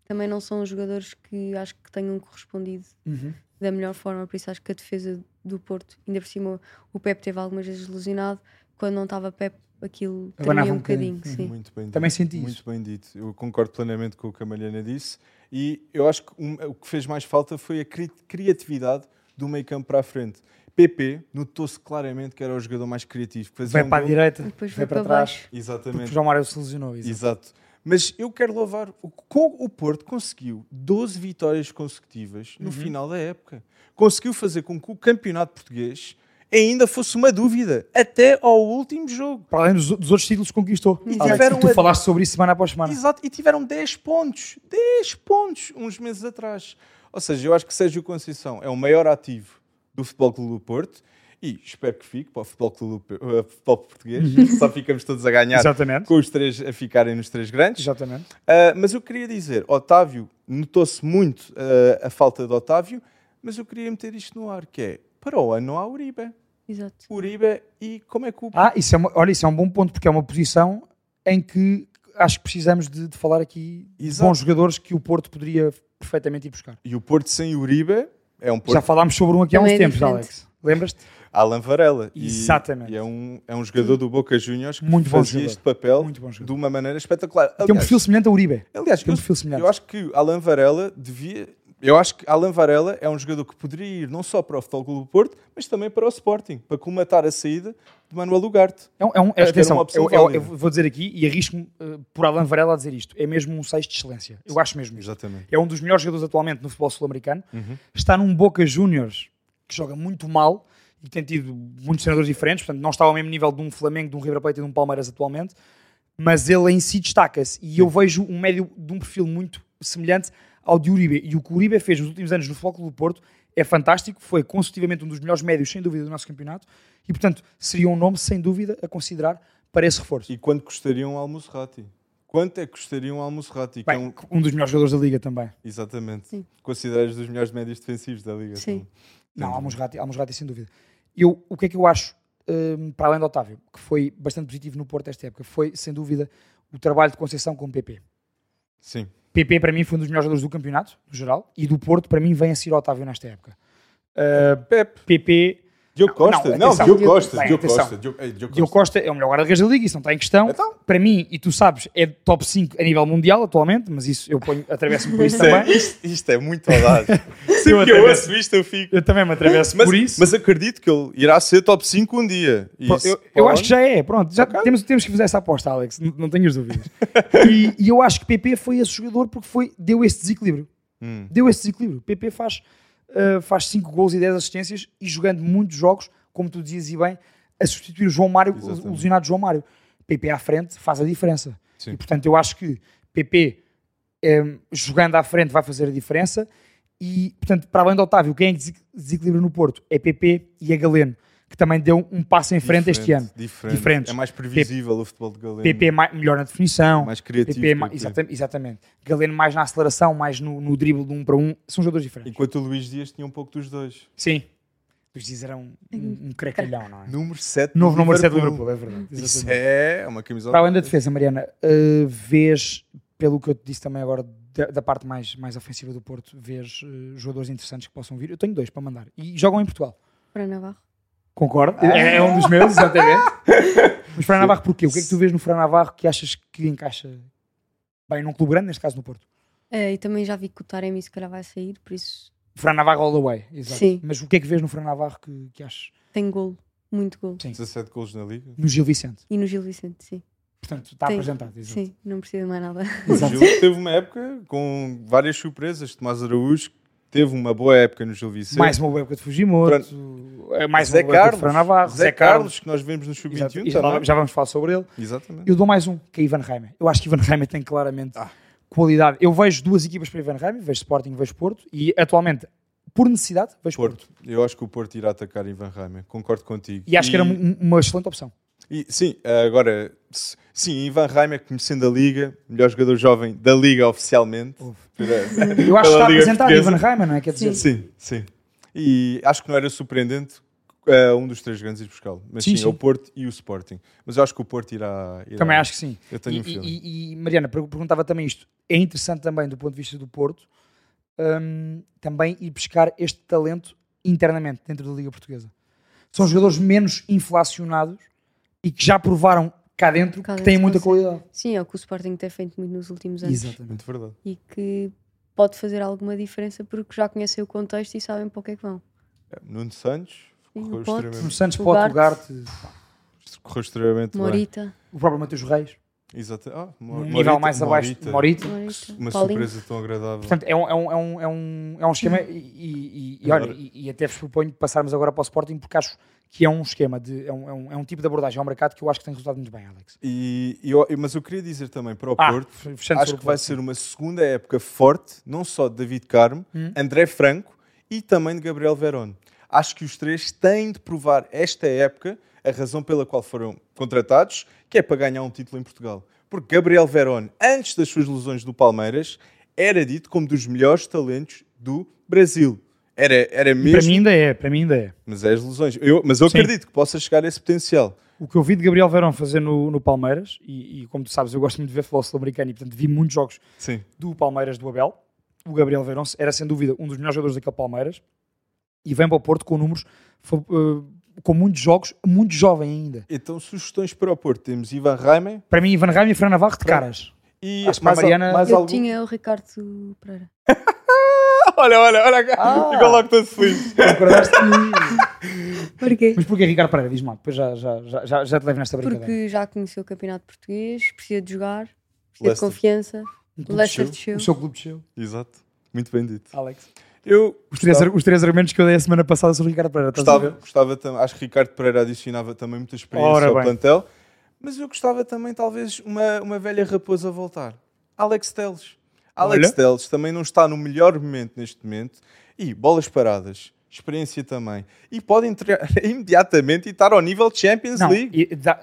S3: também não são jogadores que acho que tenham correspondido
S1: Uhum.
S3: da melhor forma, por isso acho que a defesa do Porto, ainda por cima o Pep teve algumas vezes lesionado, quando não estava Pep aquilo
S2: Abanava
S3: tremia um
S2: um bocadinho.
S3: bocadinho, sim.
S1: Muito bem dito.
S2: Também senti
S1: Muito
S2: isso.
S1: bem dito. Eu concordo plenamente com o que a Mariana disse. E eu acho que um- o que fez mais falta foi a cri- criatividade do meio campo para a frente. PP notou-se claramente que era o jogador mais criativo. que fazia
S2: Vai
S1: um
S2: para a
S1: gol-
S2: direita,
S3: Depois
S2: vai
S3: foi
S2: para
S3: para
S2: trás,
S3: baixo.
S2: porque o
S1: Exatamente.
S2: João Mário se lesionou. exato.
S1: Exato. Mas eu quero louvar o, com- o Porto conseguiu 12 vitórias consecutivas
S2: Uhum.
S1: no final da época. Conseguiu fazer com que o campeonato português ainda fosse uma dúvida até ao último jogo.
S2: Para além dos, dos outros títulos que conquistou.
S1: E
S2: Alex,
S1: tiveram
S2: tu
S1: a-
S2: falaste sobre isso semana após semana.
S1: Exato, e tiveram 10 pontos. 10 pontos uns meses atrás. Ou seja, eu acho que Sérgio Conceição é o maior ativo do Futebol Clube do Porto e espero que fique para o Futebol Clube do Pe- eh, Futebol Português.
S2: Uhum.
S1: Só ficamos todos a ganhar
S2: Exatamente.
S1: com os três a ficarem nos três grandes.
S2: Exatamente.
S1: Ah, mas eu queria dizer, Otávio, notou-se muito ah, a falta de Otávio, mas eu queria meter isto no ar, que é para o ano há Uribe.
S3: Exato.
S1: Uribe e como é que o...
S2: Ah, isso é uma, olha, isso é um bom ponto, porque é uma posição em que acho que precisamos de, de falar aqui de
S1: Exato.
S2: bons jogadores que o Porto poderia perfeitamente ir buscar.
S1: E o Porto sem Uribe É um
S2: Já
S1: Porto.
S2: falámos sobre um aqui há
S3: Não
S2: uns
S3: é
S2: tempos,
S3: diferente.
S2: Alex. Lembras-te?
S1: Alan Varela. E-
S2: Exatamente.
S1: E, é, um, é um jogador do Boca Juniors que
S2: Muito bom
S1: fazia
S2: jogador.
S1: este papel
S2: Muito bom jogador.
S1: de uma maneira espetacular.
S2: Tem um
S1: Aliás,
S2: perfil semelhante a Uribe.
S1: Aliás,
S2: Tem um
S1: eu,
S2: perfil semelhante.
S1: eu acho que Alan Varela devia. Eu acho que Alan Varela é um jogador que poderia ir não só para o Futebol Clube do Porto, mas também para o Sporting, para comatar a saída de Manuel Ugarte.
S2: É um, é um,
S1: que era
S2: atenção,
S1: uma opção
S2: eu- eu-
S1: válida.
S2: eu vou dizer aqui e arrisco-me eh, por Alan Varela a dizer isto. É mesmo um 6 de excelência. Eu acho mesmo isto.
S1: Exatamente.
S2: É um dos melhores jogadores atualmente no futebol sul-americano. Está num Boca Juniors que joga muito mal e tem tido muitos treinadores diferentes. Portanto, não está ao mesmo nível de um Flamengo, de um River Plate e de um Palmeiras atualmente. Mas ele em si destaca-se. E eu vejo um médio de um perfil muito semelhante ao de Uribe. E o que o Uribe fez nos últimos anos no Futebol Clube do Porto é fantástico. Foi consecutivamente um dos melhores médios, sem dúvida, do nosso campeonato. E, portanto, seria um nome, sem dúvida, a considerar para esse reforço.
S1: E quanto custaria um Almusrati? Quanto é que custaria um Almusrati? Que é
S2: Bem,
S1: um...
S2: um dos melhores jogadores da Liga também.
S1: Exatamente.
S3: Sim.
S1: Consideras dos melhores médios defensivos da Liga. então.
S3: Sim.
S2: Não, há uns ratos, há uns ratos sem dúvida. Eu, o que é que eu acho, hum, para além do Otávio, que foi bastante positivo no Porto esta época, foi, sem dúvida, o trabalho de Conceição com o PP.
S1: Sim.
S2: PP, para mim, foi um dos melhores jogadores do campeonato, no geral, e do Porto, para mim, vem a ser Otávio nesta época. Uh,
S1: Pepe.
S2: PP,
S1: Diogo Costa.
S2: não,
S1: Não,
S2: atenção.
S1: Diogo Costa.
S2: Bem,
S1: Diogo
S2: atenção.
S1: Costa. Diogo ei, Diogo
S2: Diogo
S1: Costa.
S2: Costa é o melhor guarda-redes da Liga, isso não está em questão.
S1: Então.
S2: Para mim, e tu sabes, é top 5 a nível mundial atualmente, mas isso eu ponho, atravesso-me por isso
S1: Isto é-
S2: também.
S1: Isto, isto é muito audaz.
S2: Eu
S1: Sempre que eu
S2: atravesso.
S1: ouço isto, eu fico.
S2: Eu também me atravesso
S1: Mas,
S2: por isso.
S1: mas acredito que ele irá ser top 5 um dia. E
S2: Pro-
S1: isso-
S2: eu, eu acho que já é, pronto. Já temos, temos que fazer essa aposta, Alex, n- não tenhas dúvidas. e, e eu acho que PP foi esse jogador porque foi, deu esse desequilíbrio.
S1: Hum.
S2: Deu esse desequilíbrio. PP faz 5 faz cinco gols e 10 assistências e jogando muitos jogos, como tu dizias e bem, a substituir o João Mário,
S1: Exatamente.
S2: o lesionado João Mário. PP à frente faz a diferença.
S1: Sim.
S2: E portanto eu acho que PP eh, jogando à frente vai fazer a diferença. E, portanto, para além do Otávio, quem é que dese- desequilibra no Porto? É PP e é Galeno, que também deu um passo em frente este ano.
S1: Diferente.
S2: Diferentes.
S1: É mais previsível o futebol de Galeno.
S2: PP mais, melhor na definição,
S1: Mais criativo
S2: PP mais,
S1: PP.
S2: exatamente, exatamente. Galeno mais na aceleração, mais no, no drible de um para um, são jogadores diferentes.
S1: Enquanto o Luís Dias tinha um pouco dos dois.
S2: Sim, os dias eram um, um, um craquelhão, não é?
S1: Número 7
S2: Novo número 7 do Liverpool, é verdade.
S1: Isso
S2: exatamente.
S1: é uma camisola.
S2: Para além da defesa, Mariana, uh, vês, pelo que eu te disse também agora, da, da parte mais, mais ofensiva do Porto, vês uh, jogadores interessantes que possam vir. Eu tenho dois para mandar e jogam em Portugal.
S3: Para Navarro.
S2: Concordo, é, é um dos meus, exatamente. Mas Fran Navarro, porquê? O que é que tu vês no Fran Navarro que achas que encaixa bem num clube grande, neste caso no Porto?
S3: Eh, e também já vi que o Taremi se calhar vai sair, por isso
S2: Fran Navarro all the way, exato.
S3: Sim.
S2: Mas o que é que vês no Fran Navarro que, que achas?
S3: tem golo, muito golo.
S1: 17 golos na liga.
S2: No Gil Vicente.
S3: E no Gil Vicente, sim.
S2: Portanto, está
S3: Tem.
S2: apresentado, exato.
S3: Sim, não precisa de mais nada.
S1: O Gil teve uma época com várias surpresas. Tomás Araújo teve uma boa época no Gil Vicente.
S2: Mais uma boa época de Fujimoto, eh, mais
S1: Zé
S2: uma boa época de
S1: Carlos,
S2: Fran Navarro,
S1: Zé Carlos, que nós vemos no
S2: Exato.
S1: Sub-21
S2: E já,
S1: também.
S2: já vamos falar sobre ele.
S1: tá, é? Exatamente.
S2: Eu dou mais um, que é Ivan Reimer. Eu acho que Ivan Reimer tem claramente
S1: Ah.
S2: qualidade. Eu vejo duas equipas para Ivan Reimer, vejo Sporting, vejo Porto, e atualmente, por necessidade, vejo Porto.
S1: Porto. Eu acho que o Porto irá atacar Ivan Reimer. Concordo contigo.
S2: E acho que era um- uma excelente opção.
S1: E, sim, agora, s- sim, Ivan Reimer, conhecendo a Liga, melhor jogador jovem da Liga oficialmente. Pela-
S2: Eu acho que
S1: pela
S2: está
S1: Liga
S2: apresentado
S1: Portuguesa.
S2: Ivan Reimer, não é? Quer dizer,
S1: Sim, sim. E acho que não era surpreendente eh, um dos três grandes ir buscá-lo. Mas
S2: Sim,
S1: sim, é
S2: sim.
S1: o Porto e o Sporting. Mas eu acho que o Porto irá. irá-
S2: também acho que sim.
S1: Eu tenho
S2: e,
S1: um filme.
S2: e- e, Mariana, per- perguntava também isto. É interessante também, do ponto de vista do Porto, hum, também ir buscar este talento internamente, dentro da Liga Portuguesa. São jogadores menos inflacionados e que já provaram cá dentro
S3: Cá
S2: que
S3: dentro
S2: têm muita
S3: conseguem.
S2: qualidade.
S3: Sim, é o que o Sporting tem feito muito nos últimos anos.
S1: Muito verdade.
S3: E que pode fazer alguma diferença porque já conhecem o contexto e sabem para o que é que vão.
S1: Eh, Nuno Santos
S3: Sim,
S1: correu
S3: o Porto.
S2: No
S1: extremamente,
S2: Santos
S3: O
S2: pode lugar
S3: Garte.
S1: correu extremamente bem.
S3: Morita,
S2: o próprio Mateus Reis,
S1: Exato. Ah, Mo-
S2: num
S1: Morita-
S2: nível mais abaixo de Morita.
S3: Morita,
S1: Uma
S3: Paulinho.
S1: surpresa tão agradável.
S2: Portanto, é um, é um, é um, é um, é um esquema e, e- e- e olha,
S1: Agora-
S2: e, e até vos proponho de passarmos agora para o Sporting porque acho que é um esquema, de, é, um, é, um, é um tipo de abordagem ao mercado que eu acho que tem resultado muito bem, Alex.
S1: E, e eu- mas eu queria dizer também para o
S2: Ah,
S1: Porto,
S2: fechando sobre
S1: acho
S2: o
S1: que vai
S2: Porto.
S1: ser uma segunda época forte, não só de David Carmo,
S2: Hum.
S1: André Franco e também de Gabriel Verón. Acho que os três têm de provar esta época a razão pela qual foram contratados, que é para ganhar um título em Portugal. Porque Gabriel Verón, antes das suas lesões do Palmeiras, era dito como dos melhores talentos do Brasil. Era, era
S2: E Para mim
S1: mesmo,
S2: ainda é, para mim ainda é.
S1: mas é as lesões. Eu, mas eu
S2: Sim.
S1: acredito que possa chegar a esse potencial.
S2: O que eu vi de Gabriel Verão fazer no, no Palmeiras, e, e como tu sabes, eu gosto muito de ver futebol sul-americano e portanto vi muitos jogos
S1: Sim.
S2: do Palmeiras do Abel. O Gabriel Verão era sem dúvida um dos melhores jogadores daquele Palmeiras. e vem para o Porto com números, fa- eh, com muitos jogos, muito jovem ainda.
S1: Então, sugestões para o Porto. Temos Ivan Reimann
S2: Para mim, Ivan Raim e Fran Navarro de caras.
S1: e
S2: Acho que para a
S1: al-
S2: Mariana-
S1: mais
S3: Eu
S1: algum.
S3: tinha o Ricardo Pereira.
S1: Olha, olha, olha. cá.
S2: Ah.
S1: Ficou logo todo feliz.
S2: Concordaste comigo?
S3: Porquê?
S2: Mas porquê Ricardo Pereira? Diz-me lá, depois já, já, já, já, já te levo nesta brincadeira.
S3: Porque já conheceu o campeonato português, precisa de jogar, precisa
S1: Leicester.
S3: de confiança.
S2: clube
S3: Leicester
S1: desceu.
S3: desceu.
S2: O seu clube Então, desceu.
S1: Exato. Muito bem dito.
S2: Alex.
S1: Eu
S2: Os três, os três argumentos que eu dei a semana passada sobre o Ricardo Pereira. estás a
S1: gostava,
S2: ver?
S1: gostava tam- acho que Ricardo Pereira adicionava também muita experiência
S2: Ora
S1: ao
S2: bem.
S1: plantel, mas eu gostava também, talvez, uma, uma velha raposa voltar. Alex Teles. Alex
S2: Olha.
S1: Teles também não está no melhor momento neste momento. E bolas paradas, experiência também. E pode entrar imediatamente e estar ao nível de Champions
S2: Não,
S1: League.
S2: e dá,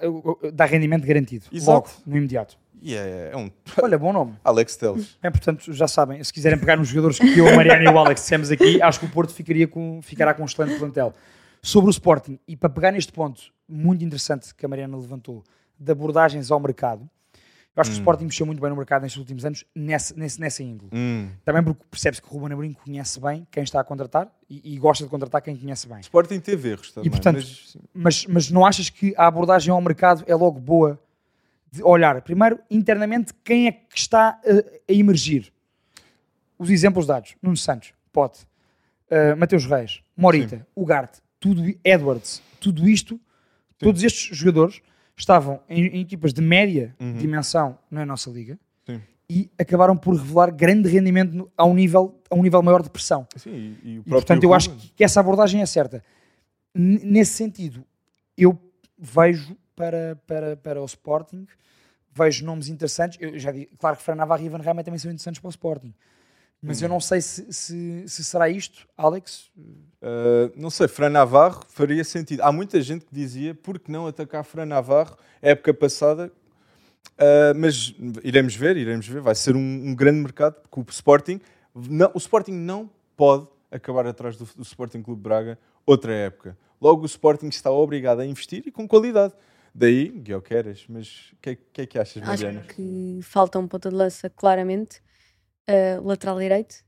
S2: dá rendimento garantido.
S1: Exato.
S2: Logo, no imediato.
S1: E é, é um
S2: Olha, bom nome.
S1: Alex Teles.
S2: Bem, portanto, já sabem, se quiserem pegar nos jogadores que eu, a Mariana e o Alex dissemos aqui, acho que o Porto ficaria com, ficará com um excelente plantel. Sobre o Sporting, e para pegar neste ponto muito interessante que a Mariana levantou, de abordagens ao mercado, eu acho que o Sporting mexeu muito bem no mercado nestes últimos anos, nessa, nesse, nessa índole.
S1: Hum.
S2: Também porque percebe-se que o Ruben Amorim conhece bem quem está a contratar e, e gosta de contratar quem conhece bem.
S1: Sporting teve erros também.
S2: portanto,
S1: mas,
S2: Mas, mas não achas que a abordagem ao mercado é logo boa de olhar, primeiro, internamente, quem é que está eh, a, emergir? Os exemplos dados. Nuno Santos, Pote, eh, Mateus Reis, Morita, Ugarte, tudo, i- Edwards, tudo isto, todos estes jogadores estavam em, em equipas de média dimensão na nossa liga
S1: Sim.
S2: e acabaram por revelar grande rendimento no- a, um nível, a um nível maior de pressão.
S1: sim, e, e o
S2: E,
S1: próprio
S2: portanto, eu acho
S1: Ruben.
S2: que essa abordagem é certa. N- nesse sentido, eu vejo para, para, para o Sporting, vejo nomes interessantes. Eu já digo, claro que Fran Navarro e Ivan Reimann também são interessantes para o Sporting. Mas eu não sei se, se, se será isto, Alex.
S1: Uh, não sei, Fran Navarro faria sentido. Há muita gente que dizia por que não atacar Fran Navarro época passada, Uh, mas iremos ver, iremos ver. Vai ser um, um grande mercado porque o Sporting não, o Sporting não pode acabar atrás do, do Sporting Clube de Braga outra época. Logo o Sporting está obrigado a investir e com qualidade. Daí, Guilherme, mas o que, é- que é que achas,
S3: Acho
S1: Mariana?
S3: que falta um ponta de lança, claramente, eh, lateral direito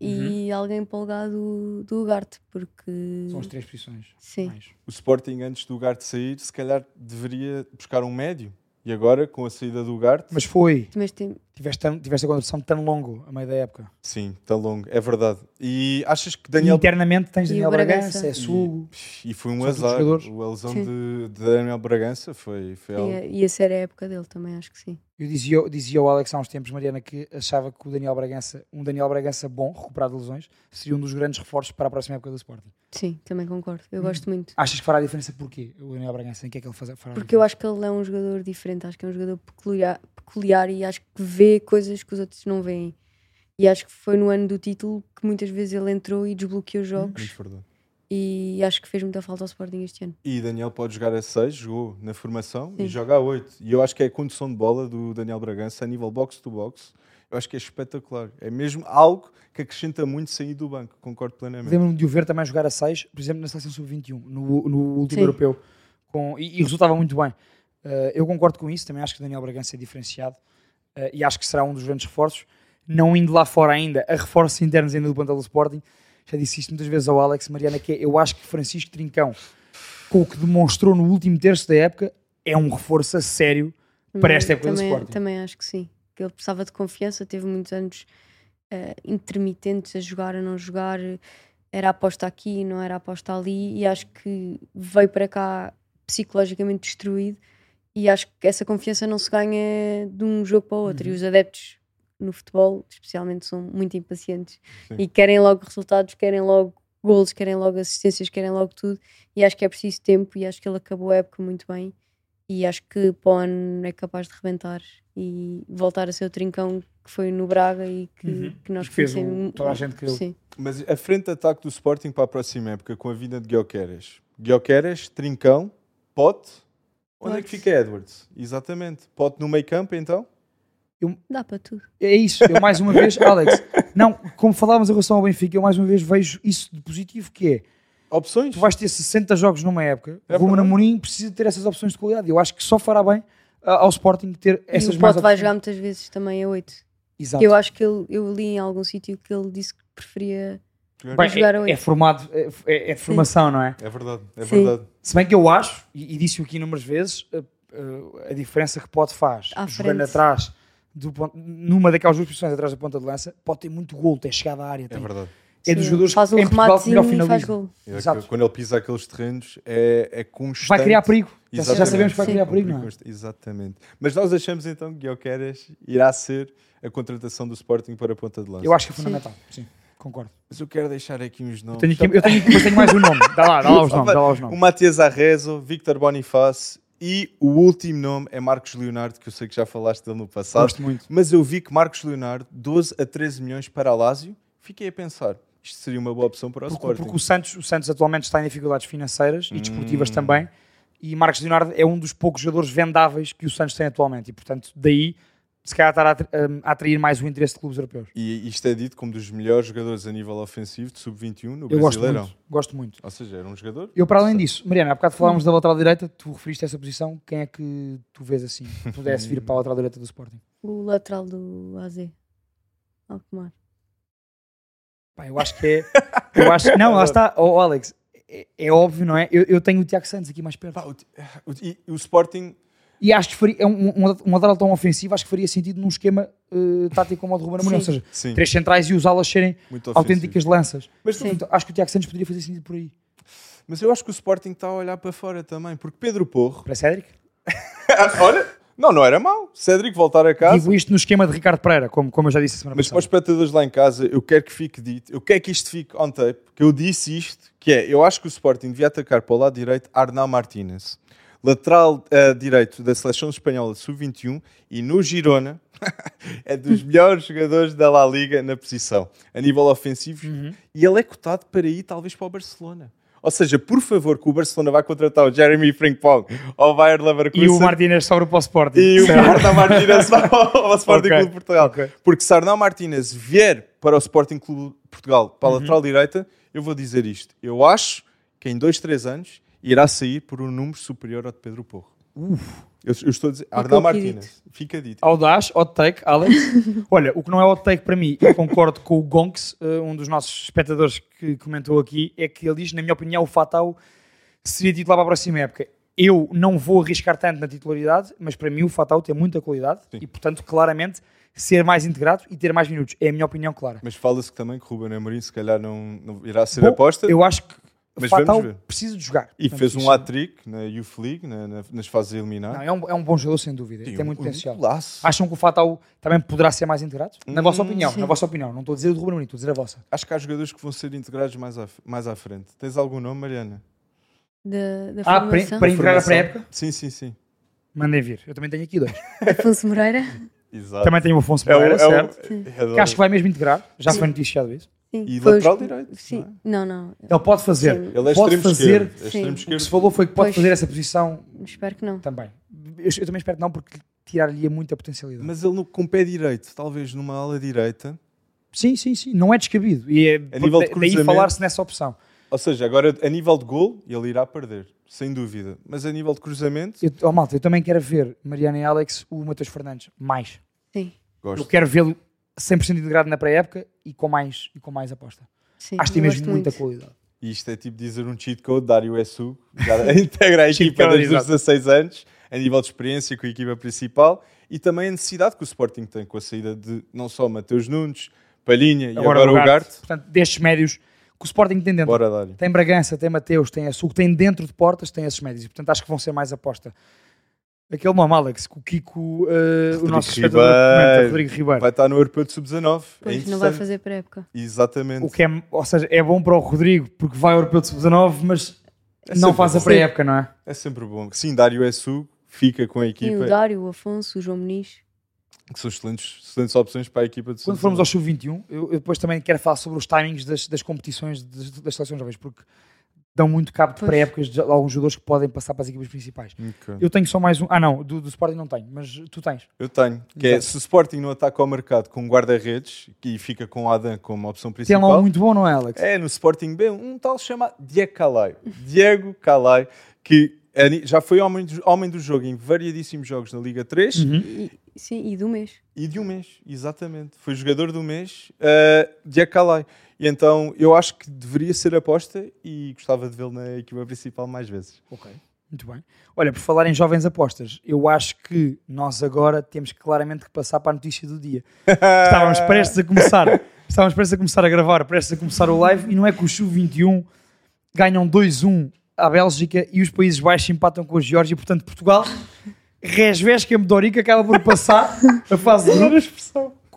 S3: e alguém para o lugar do, do Ugarte, porque.
S2: Uhum. São as três posições.
S3: Sim.
S2: Mais.
S1: o Sporting antes do Garte sair, se calhar deveria buscar um médio. E agora, com a saída do Garte,
S2: Mas foi.
S3: Mas tem,
S2: Tiveste, tão- tiveste a contratação tão longo a meio da época.
S1: Sim, está longo, é verdade. E achas que
S2: E
S1: Daniel.
S2: internamente tens
S3: E o
S2: Daniel Bragança,
S3: Bragança.
S2: é Sugo.
S1: E foi um
S2: São todos
S1: azar.
S2: jogadores.
S1: O lesão
S3: Sim. é.
S1: de, de Daniel Bragança foi, foi algo.
S3: ia, ia ser a época dele também, acho que sim.
S2: Eu dizia, dizia ao Alex há uns tempos, Mariana, que achava que o Daniel Bragança, um Daniel Bragança bom, recuperado de lesões, seria um dos grandes reforços para a próxima época do Sporting.
S3: Sim, também concordo.
S2: Uhum.
S3: Eu gosto muito.
S2: Achas que fará a diferença porquê? O Daniel Bragança, em que é que ele faz, fará a
S3: Porque eu
S2: diferença?
S3: acho que ele é um jogador diferente, acho que é um jogador peculiar, peculiar e acho que vê coisas que os outros não veem. E acho que foi no ano do título que muitas vezes ele entrou e desbloqueou jogos
S1: Muito verdade.
S3: e acho que fez muita falta ao Sporting este ano.
S1: E Daniel pode jogar a 6, jogou na formação e
S3: Sim.
S1: joga a 8. E eu acho que é a condução de bola do Daniel Bragança a nível box-to-box. Eu acho que é espetacular. É mesmo algo que acrescenta muito sair do banco, concordo plenamente.
S2: Lembro-me de o ver também jogar a 6, por exemplo, na seleção sub-21, no, no último
S3: Sim.
S2: europeu, com, e, e resultava muito bem. Eh, eu concordo com isso, também acho que o Daniel Bragança é diferenciado eh, e acho que será um dos grandes reforços. Não indo lá fora ainda, a reforços internos ainda do plantel do Sporting, já disse isto muitas vezes ao Alex Mariana, que é, eu acho que Francisco Trincão, com o que demonstrou no último terço da época, é um reforço a sério para esta época
S3: Hum, também,
S2: do Sporting.
S3: Também acho que sim. Que ele precisava de confiança, teve muitos anos eh, intermitentes a jogar, a não jogar, era aposta aqui, não era aposta ali, e acho que veio para cá psicologicamente destruído. E acho que essa confiança não se ganha de um jogo para o outro.
S2: Uhum.
S3: E os adeptos no futebol, especialmente, são muito impacientes
S1: Sim.
S3: e querem logo resultados, querem logo golos, querem logo assistências, querem logo tudo. E acho que é preciso tempo. E acho que ele acabou a época muito bem e acho que para o ano é capaz de rebentar e voltar a ser o trincão que foi no Braga e que,
S2: Uhum.
S3: que nós
S2: Que fez
S3: conhecemos.
S2: o- toda a gente que-
S3: Sim,
S1: Mas a frente de ataque do Sporting para a próxima época, com a vinda de Guioqueras. Guioqueras, Trincão, Pote. Onde é que
S3: Pote.
S1: fica Edwards? Exatamente. Pote no meio campo, então?
S3: dá para tudo.
S2: É isso, eu mais uma vez, Alex, não, como falávamos em relação ao Benfica, eu mais uma vez vejo isso de positivo, que é
S1: Opções?
S2: tu vais ter 60 jogos numa época.
S1: É
S2: o Ruben
S1: verdade.
S2: Amorim precisa ter essas opções de qualidade. Eu acho que só fará bem ah, ao Sporting ter essas
S3: e o
S2: mais
S3: Pote vai
S2: opções.
S3: jogar muitas vezes também é a 8.
S2: Exato.
S3: Eu acho que ele, eu li em algum sítio que ele disse que preferia
S4: Bem,
S3: jogaram
S4: é, é
S3: isso.
S2: formado, é, é- é de formação, não é?
S1: É verdade, é
S3: Sim.
S1: verdade.
S2: Se bem que eu acho, e, e disse-o aqui inúmeras vezes, a, a- a diferença que pode faz
S3: À
S2: jogando
S3: frente.
S2: atrás do ponto- numa daquelas duas posições atrás da ponta de lança, pode ter muito gol, tem chegada à área,
S1: É
S2: tem-
S1: verdade.
S2: é dos
S3: Sim,
S2: jogadores
S3: faz
S2: que
S3: um
S2: em Portugal que melhor
S3: rematezinho e faz
S2: finaliza.
S3: gol.
S1: É que
S2: Exato.
S1: Quando ele pisa aqueles terrenos, é, é constante.
S2: Vai criar perigo. Já, já
S1: Exatamente.
S2: sabemos que vai
S3: Sim.
S2: criar
S1: É um
S2: perigo, não é?
S1: constante. Exatamente. Mas nós achamos então que Guioqueras irá ser a contratação do Sporting para a ponta de lança.
S2: Eu acho que é fundamental, sim, concordo.
S1: Mas eu quero deixar aqui uns nomes.
S2: Tenho aqui- eu tenho, aqui- mas tenho mais um nome, dá lá, dá lá os nomes, dá lá os
S1: O
S2: nomes.
S1: Matias Arrezo, Victor Bonifácio e o último nome é Marcos Leonardo, que eu sei que já falaste dele no passado.
S2: Gosto muito.
S1: Mas eu vi que Marcos Leonardo, 12 a 13 milhões para a Lásio, fiquei a pensar, isto seria uma boa opção para o
S2: Porque,
S1: Sporting.
S2: porque o, Santos, o Santos atualmente está em dificuldades financeiras e
S1: Hum.
S2: desportivas também. E Marcos Leonardo é um dos poucos jogadores vendáveis que o Santos tem atualmente. E, portanto, daí, se calhar, estará a atr- a atrair mais o interesse de clubes europeus.
S1: E isto é dito como dos melhores jogadores a nível ofensivo de sub-21 no
S2: Eu gosto
S1: Brasileirão.
S2: muito, gosto muito.
S1: Ou seja, era um jogador.
S2: Eu, para além disso, Mariana, há bocado falámos da lateral direita, tu referiste essa posição. Quem é que tu vês assim, que pudesse vir para a lateral direita do Sporting?
S3: O lateral do AZ. Alcomar.
S2: Pá, eu acho que é. Eu acho, não, lá está, oh, Alex, é, é óbvio, não é? Eu, eu tenho o Tiago Santos aqui mais perto.
S1: Pá, o, eh, o- e o Sporting
S2: E acho que faria, é um, um, um lateral tão ofensivo, acho que faria sentido num esquema eh, tático como o de Ruben Amorim, ou
S3: Sim.
S2: seja,
S1: Sim.
S2: três centrais e usá-las serem
S1: muito ofensivo.
S2: autênticas lanças.
S1: Mas,
S3: Sim.
S2: Portanto, acho que o Tiago Santos poderia fazer sentido por aí.
S1: mas eu acho que o Sporting está a olhar para fora também, porque Pedro Porro.
S2: Para Cédric?
S1: Olha, não, não era mau. Cédric voltar a casa.
S2: Digo isto no esquema de Ricardo Pereira, como, como eu já disse a semana
S1: Mas para os
S2: passada.
S1: espectadores lá em casa, eu quero que fique dito, eu quero que isto fique on tape, que eu disse isto, que é, eu acho que o Sporting devia atacar para o lado direito Arnau Martínez, lateral eh, direito da seleção espanhola sub-21 e no Girona é dos melhores jogadores da La Liga na posição, a nível ofensivo, e ele é cotado para ir talvez para o Barcelona. Ou seja, por favor, que o Barcelona vá contratar o Jeremy Frimpong ou o Bayer Leverkusen.
S2: E o Martínez sobra para o Sporting.
S1: E o Sardão Martínez vai ao Sporting
S2: Ok,
S1: Clube de Portugal.
S2: ok.
S1: Porque se Arnau Martínez vier para o Sporting Clube de Portugal, para
S2: Uhum.
S1: a lateral direita, eu vou dizer isto. Eu acho que em 2, 3 anos irá sair por um número superior ao de Pedro Porro. Eu, eu estou a dizer, Arnau
S3: aqui
S2: é
S1: Martínez, fica dito.
S2: Audaz, hot take, Alex. Olha, o que não é hot take para mim, eu concordo com o Gonks, eh, um dos nossos espectadores que comentou aqui, é que ele diz, na minha opinião, o Fatau seria titular para a próxima época. Eu não vou arriscar tanto na titularidade, mas para mim o Fatau tem muita qualidade e, portanto, claramente, ser mais integrado e ter mais minutos. É a minha opinião clara.
S1: Mas fala-se que também que Ruben Amorim se calhar não, não irá ser
S2: Bom,
S1: aposta.
S2: Eu acho que o
S1: Mas vamos
S2: Fatau
S1: ver.
S2: precisa de jogar.
S1: E
S2: Portanto,
S1: fez um
S2: isso-
S1: hat-trick na Youth League, na- na- nas fases
S2: Não,
S1: eliminares.
S2: é, um, é um bom jogador, sem dúvida.
S1: Sim,
S2: tem muito
S1: um- um
S2: potencial.
S1: golaço.
S2: Acham que o Fatau também poderá ser mais integrado? Na
S1: Hum,
S2: vossa opinião,
S3: sim.
S2: na vossa opinião. Não estou a dizer o do Ruben Amorim, estou a dizer a vossa.
S1: Acho que há jogadores que vão ser integrados mais à, f- mais à frente. Tens algum nome, Mariana?
S3: Da, da
S2: Ah, para,
S3: formação.
S2: para integrar a
S1: Formação.
S2: pré-época?
S1: Sim, sim, sim.
S2: Mandem vir. Eu também tenho aqui dois.
S3: Afonso Moreira.
S1: Exato.
S2: também tenho o Afonso
S1: É o-
S2: Pereira,
S1: é o-
S2: certo?
S1: é
S2: Que acho que vai mesmo integrar. Já foi noticiado isso.
S3: Sim,
S1: E
S3: foi
S1: lateral
S3: os-
S1: direito,
S3: Sim.
S1: não é?
S3: Não, não.
S2: Ele pode fazer.
S3: Sim.
S1: Ele é
S2: pode
S1: extremo
S2: fazer.
S1: esquerdo. É extremo
S3: Sim.
S2: O que se
S1: esquerdo.
S2: falou foi que pode
S3: Pois.
S2: fazer essa posição
S3: Espero que não.
S2: também. Eu, eu também espero que não, porque tirar-lhe muita potencialidade.
S1: Mas ele no- com o pé direito, talvez numa ala direita.
S2: Sim, sim, sim. Não é descabido. E é,
S1: nível de
S2: da- daí
S1: cruzamento-
S2: falar-se nessa opção.
S1: Ou seja, agora a nível de gol, ele irá perder, sem dúvida. Mas a nível de cruzamento,
S2: Eu, oh, malta, eu também quero ver Mariana e Alex, o Matheus Fernandes, mais.
S3: Sim.
S1: gosto.
S2: Eu quero vê-lo 100% integrado na pré-época e com mais, e com mais aposta.
S3: Sim,
S2: Acho que tem
S3: eu
S2: mesmo
S3: gosto
S2: muita
S3: muito.
S2: qualidade.
S1: E isto é tipo dizer um cheat code, Dário Essu, já integra a
S2: Cheat
S1: equipa
S2: code,
S1: desde os
S2: exato.
S1: 16 anos, a nível de experiência com a equipa principal e também a necessidade que o Sporting tem com a saída de não só Mateus Nunes, Palhinha e agora, o Garte.
S2: Portanto, destes médios que o Sporting tem dentro.
S1: Bora, Dário.
S2: Tem Bragança, tem Mateus, tem Açúcar, tem dentro de portas, tem esses médios. E, portanto, acho que vão ser mais aposta. Aquele nome, Alex, que o Kiko, eh, o nosso espectador, comenta, Rodrigo Ribeiro.
S1: Vai estar no Europeu de Sub-19. É
S3: Pois, não vai
S1: interessante.
S3: fazer pré-época.
S1: Exatamente.
S2: O que é, ou seja, é bom para o Rodrigo, porque vai ao Europeu de Sub-19, mas
S1: É
S2: não
S1: sempre
S2: faz a
S1: bom.
S2: pré-época, não é?
S1: É sempre bom. Sim, Dário Essu fica com a
S3: Tem
S1: equipa.
S3: o Dário, o Afonso, o João Muniz.
S1: que são excelentes, excelentes opções para a equipa de
S2: Quando
S1: Sub-19.
S2: formos ao Sub-21, eu, eu depois também quero falar sobre os timings das, das competições das, das seleções jovens, porque dão muito cabo de
S3: Pois.
S2: pré-épocas de alguns jogadores que podem passar para as equipas principais.
S1: Ok.
S2: Eu tenho só mais um. Ah, não, do, do Sporting não tenho, mas tu tens.
S1: Eu tenho, que é se o Sporting não ataca ao mercado com guarda-redes e fica com o Adam como opção
S2: Tem lá um
S1: principal,
S2: muito bom, não é, Alex?
S1: é no Sporting B um tal chamado Diego Calai, Diego
S2: Uhum.
S1: Calai, que é ni- já foi homem do, homem do jogo em variadíssimos jogos na Liga 3
S3: Sim, e do mês.
S1: E de um mês, exatamente. Foi jogador do mês eh, de Acalai. E então eu acho que deveria ser aposta e gostava de vê-lo na equipa principal mais vezes.
S5: Ok.
S2: Muito bem. Olha, por falar em jovens apostas, eu acho que nós agora temos claramente que passar para a notícia do dia. Estávamos prestes a começar, estávamos prestes a começar a gravar, prestes a começar o live, e não é que o Chu 21 ganham 2-1 à Bélgica e os Países Baixos empatam com a Geórgia, portanto Portugal resvesca Medorica acaba por passar a fase de grupos.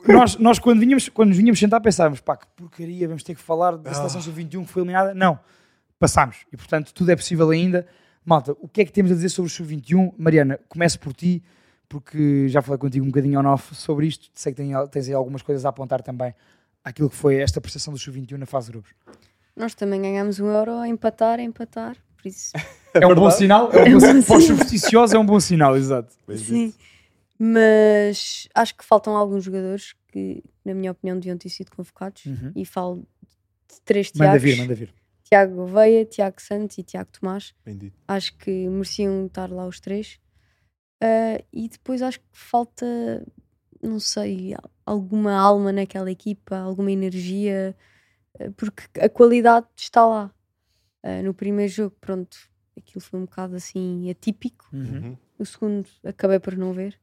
S2: Nós, nós quando, vinhamos, quando nos vinhamos sentar pensávamos, pá, que porcaria, vamos ter que falar da seleção sub-21 que foi eliminada. Não, passámos. E portanto tudo é possível ainda. Malta, o que é que temos a dizer sobre o Sub-21? Mariana, começo por ti, porque já falei contigo um bocadinho on-off sobre isto. Sei que tem- tens aí algumas coisas a apontar também àquilo que foi esta prestação do Sub-21 na fase de grupos.
S3: Nós também ganhámos um euro a empatar, a empatar. Por isso,
S2: É, um bom sinal? É um bom sinal. Para os supersticiosos é um bom sinal, exato.
S1: Bem
S3: sim. Mas acho que faltam alguns jogadores que, na minha opinião, deviam ter sido convocados. E falo de três
S2: Uhum. Manda
S3: Tiagos.
S2: vir, manda vir.
S3: Tiago Gouveia, Tiago Santos e Tiago Tomás.
S1: Bendito.
S3: acho que mereciam estar lá os três. Ah, e depois acho que falta, não sei, al- alguma alma naquela equipa, alguma energia, ah, porque a qualidade está lá. Ah, no primeiro jogo, pronto, aquilo foi um bocado assim atípico.
S1: Uhum.
S3: O segundo acabei por não ver.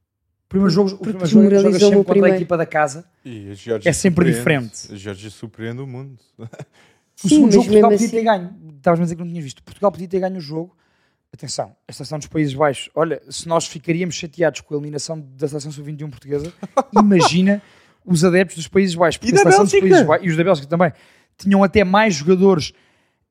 S2: Primeiro jogo, o
S3: Porque
S2: primeiro jogo jogas
S3: desmoralizou-me
S2: sempre
S3: o
S2: contra a
S3: primeiro.
S2: equipa da casa.
S1: E a Geórgia
S2: É sempre
S1: surpreende.
S2: diferente.
S1: A Geórgia surpreende o mundo.
S2: O segundo jogo Portugal
S3: assim,
S2: podia ter
S1: assim-
S2: ganho. Estavas-me a dizer que não tinhas visto. Portugal podia ter ganho o jogo. Atenção, a seleção dos Países Baixos. Olha, se nós ficaríamos chateados com a eliminação da seleção sub-21 portuguesa, imagina os adeptos dos Países Baixos. Porque
S1: E da
S2: a seleção dos
S1: Bélgica?
S2: Países Baixos, e os da Bélgica também. Tinham até mais jogadores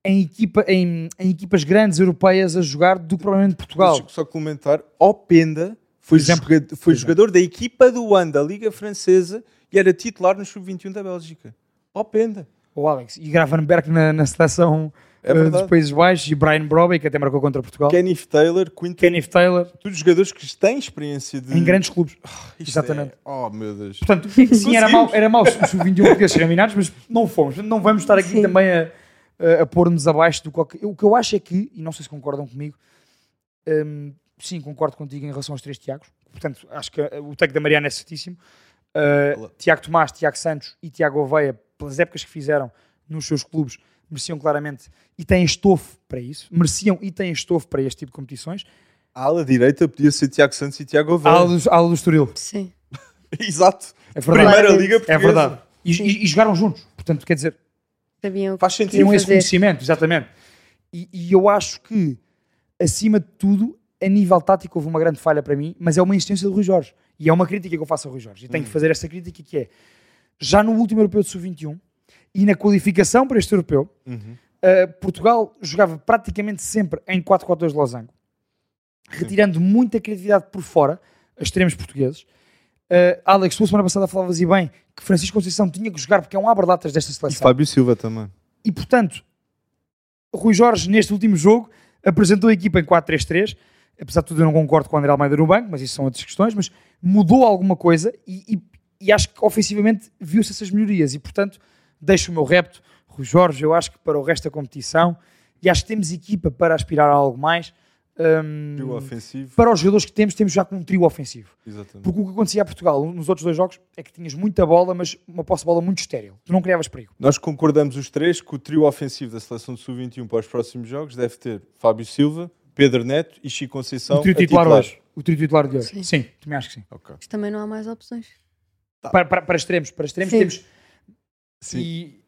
S2: em, equipa- em- em equipas grandes europeias a jogar do que provavelmente Portugal.
S1: Deixa-me só comentar. Openda foi,
S2: Por exemplo.
S1: jogador, foi
S2: Por exemplo.
S1: jogador da equipa do One, da Liga Francesa, e era titular no Sub-21 da Bélgica. Openda.
S2: O Alex. E Gravenberg na, na seleção
S1: É
S2: eh, dos
S1: verdade.
S2: Países Baixos. E Brian Brobby, que até marcou contra Portugal.
S1: Kenneth Taylor, Quinton,
S2: Kenneth Taylor.
S1: todos jogadores que têm experiência de...
S2: Em grandes clubes.
S1: Isto
S2: Exatamente.
S1: é- Oh, meu Deus.
S2: Portanto, sim, era mau, era mau os sub-21 portugueses serem eliminados, mas não fomos. Portanto, Não vamos estar aqui
S3: Sim.
S2: também a, a- a pôr-nos abaixo do qualquer... O que eu acho é que, e não sei se concordam comigo, hum, sim, concordo contigo em relação aos três Tiagos. Portanto, acho que uh, o take da Mariana é certíssimo. Uh,
S1: Ela-
S2: Tiago Tomás, Tiago Santos e Tiago Oveia, pelas épocas que fizeram nos seus clubes, mereciam claramente e têm estofo para isso. Mereciam e têm estofo para este tipo de competições.
S1: A ala direita podia ser Tiago Santos e Tiago
S2: A ala
S1: Ovelha.
S2: do, a ala do Estoril.
S3: Sim.
S1: Exato.
S2: É verdade.
S1: Primeira Liga Portuguesa.
S2: É verdade. E, e- e jogaram juntos. Portanto, quer dizer,
S3: Sabiam o que
S1: Faz sentido.
S2: tinham esse
S3: fazer.
S2: conhecimento, exatamente. E, e eu acho que, acima de tudo, a nível tático houve uma grande falha para mim, mas é uma insistência do Rui Jorge. E é uma crítica que eu faço ao Rui Jorge. E
S3: Hum.
S2: tenho que fazer esta crítica que é, já no último europeu de sub-21 e na qualificação para este europeu,
S1: Uhum.
S2: eh, Portugal jogava praticamente sempre em 4-4-2 de losango, retirando muita criatividade por fora a extremos portugueses. Eh, Alex, tu a semana passada falavas e bem que Francisco Conceição tinha que jogar porque é um abrelatas desta
S1: E
S2: seleção.
S1: Fábio Silva também.
S2: E portanto, Rui Jorge, neste último jogo, apresentou a equipa em 4-3-3. Apesar de tudo, eu não concordo com o André Almeida no banco, mas isso são outras questões. Mas mudou alguma coisa e, e- e acho que ofensivamente viu-se essas melhorias. E portanto, deixo o meu repto, Rui Jorge. Eu acho que para o resto da competição, e acho que temos equipa para aspirar a algo mais. Hum,
S1: Trio ofensivo.
S2: para os jogadores que temos, temos já com um trio ofensivo.
S1: Exatamente.
S2: Porque o que acontecia a Portugal nos outros dois jogos é que tinhas muita bola, mas uma posse de bola muito estéril. Tu não criavas perigo.
S1: Nós concordamos os três que o trio ofensivo da seleção do Sub-21 para os próximos jogos deve ter Fábio Silva, Pedro Neto e Chico Conceição.
S2: O trio
S1: a
S2: titular hoje. O trio titular de hoje. Sim,
S3: Sim.
S2: também acho que sim.
S1: Ok.
S3: Mas também não há mais opções.
S2: Para, para, para extremos, para extremos
S3: Sim.
S2: temos.
S1: Tá. Sim.
S2: E...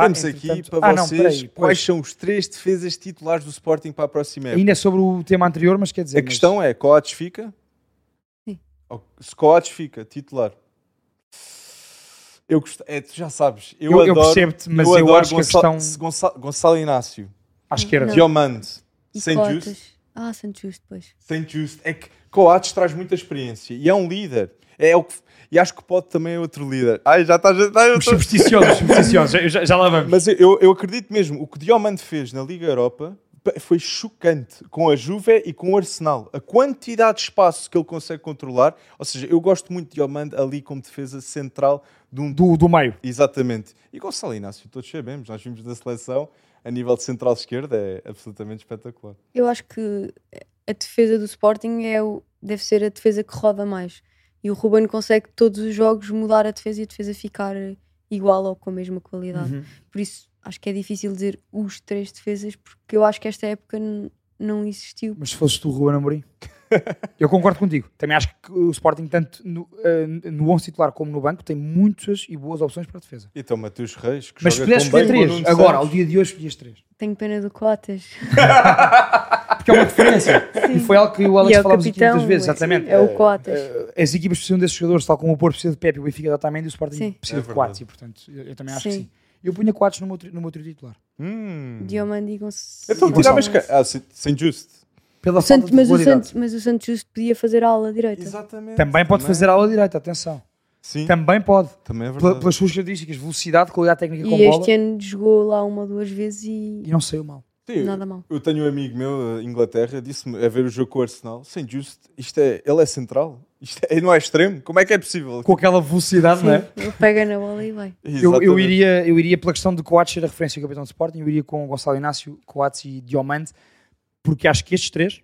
S1: Temos
S2: Ah,
S1: aqui
S2: entretanto-
S1: para
S2: Ah, não,
S1: vocês
S2: peraí,
S1: quais
S2: pois.
S1: são os três defesas titulares do Sporting para a próxima época.
S2: Ainda é sobre o tema anterior, mas quer dizer.
S1: A questão é, Coates fica?
S3: Sim.
S1: Ou- Se Coates fica, titular. Eu gosto, é, tu já sabes, eu,
S2: mas eu, eu
S1: adoro,
S2: percebo-te, mas eu, acho que a
S1: Gonçalo,
S2: questão.
S1: Gonçalo, Gonçalo Inácio,
S2: À esquerda.
S3: Não.
S1: Diomande,
S3: E
S1: Saint
S3: cotas.
S1: Just,
S3: Ah, Santos Justo, depois.
S1: Saint Just, é que Coates traz muita experiência e é um líder. É o que, e acho que pode também é outro líder. Ai, já estás. Já, já
S2: Os supersticiosos, os supersticiosos, já- já, já lá vamos.
S1: Mas eu- eu, eu acredito mesmo, o que Diomande fez na Liga Europa pa- foi chocante com a Juve e com o Arsenal. A quantidade de espaço que ele consegue controlar, ou seja, eu gosto muito de Diomande ali como defesa central de um...
S2: Do, do meio.
S1: Exatamente. E Gonçalo Inácio, todos sabemos, nós vimos na seleção, a nível de central esquerda é absolutamente espetacular.
S3: Eu acho que a defesa do Sporting é o, deve ser a defesa que roda mais. E o Ruben consegue todos os jogos mudar a defesa e a defesa ficar igual ou com a mesma qualidade.
S2: Uhum.
S3: Por isso, acho que é difícil dizer os três defesas, porque eu acho que esta época n- não existiu.
S2: Mas se fosses tu, Ruben Amorim? Eu concordo contigo. Também acho que o Sporting, tanto no, eh, no 11 titular como no banco, tem muitas e boas opções para a defesa.
S1: Então, Matheus Reis, que
S2: Mas se
S1: joga
S2: pudesses
S1: tão
S2: escolher
S1: bem com o
S2: três,
S1: Nuno
S2: agora, ao
S1: Santos.
S2: dia de hoje, escolhias três.
S3: Tenho pena do Cotas.
S2: Porque é uma referência. e foi algo que o
S3: E
S2: Alex
S3: é o
S2: falámos aqui
S3: capitão,
S2: muitas vezes,
S3: é-
S2: exatamente.
S3: É, o Cotas.
S2: É, As equipas precisam desses jogadores, tal como o Porto precisa de Pepe, o Benfica também, e o Sporting
S3: Sim.
S2: precisa
S1: É
S2: de
S1: verdade.
S2: quatro. E, portanto, eu, eu também acho que
S3: Sim.
S2: sim. Eu punha quatro no meu, tri- no meu trio titular.
S1: Hum.
S3: Diomandi e Gonçalo.
S1: Então, tiravas... ca- Ah, St- St. Just.
S2: Pela
S3: Santo,
S2: falta de
S3: mas, o
S2: regularidade.
S3: Santos, mas o Santos Justo podia fazer a ala direita.
S1: Exatamente.
S2: Também pode fazer aula direita, atenção.
S1: Sim,
S2: Também pode.
S1: também é
S2: Pela-
S1: verdade.
S2: Pelas suas características, velocidade, qualidade técnica
S3: E
S2: com bola.
S3: este ano jogou lá uma ou duas vezes e
S2: E não saiu mal.
S1: Sim,
S3: nada mal.
S1: Eu tenho um amigo meu, eh, Inglaterra, disse-me a ver o jogo com o Arsenal, sem Just, isto é, ele é central, isto é, não é extremo, como é que é possível?
S2: Com aquela velocidade, não é?
S3: Ele pega na bola e vai.
S2: Eu, eu,
S1: Exatamente.
S2: iria, eu iria pela questão de Coates ser a referência do capitão de Sporting, eu iria com Gonçalo Inácio, Coates e Diomante, porque acho que estes três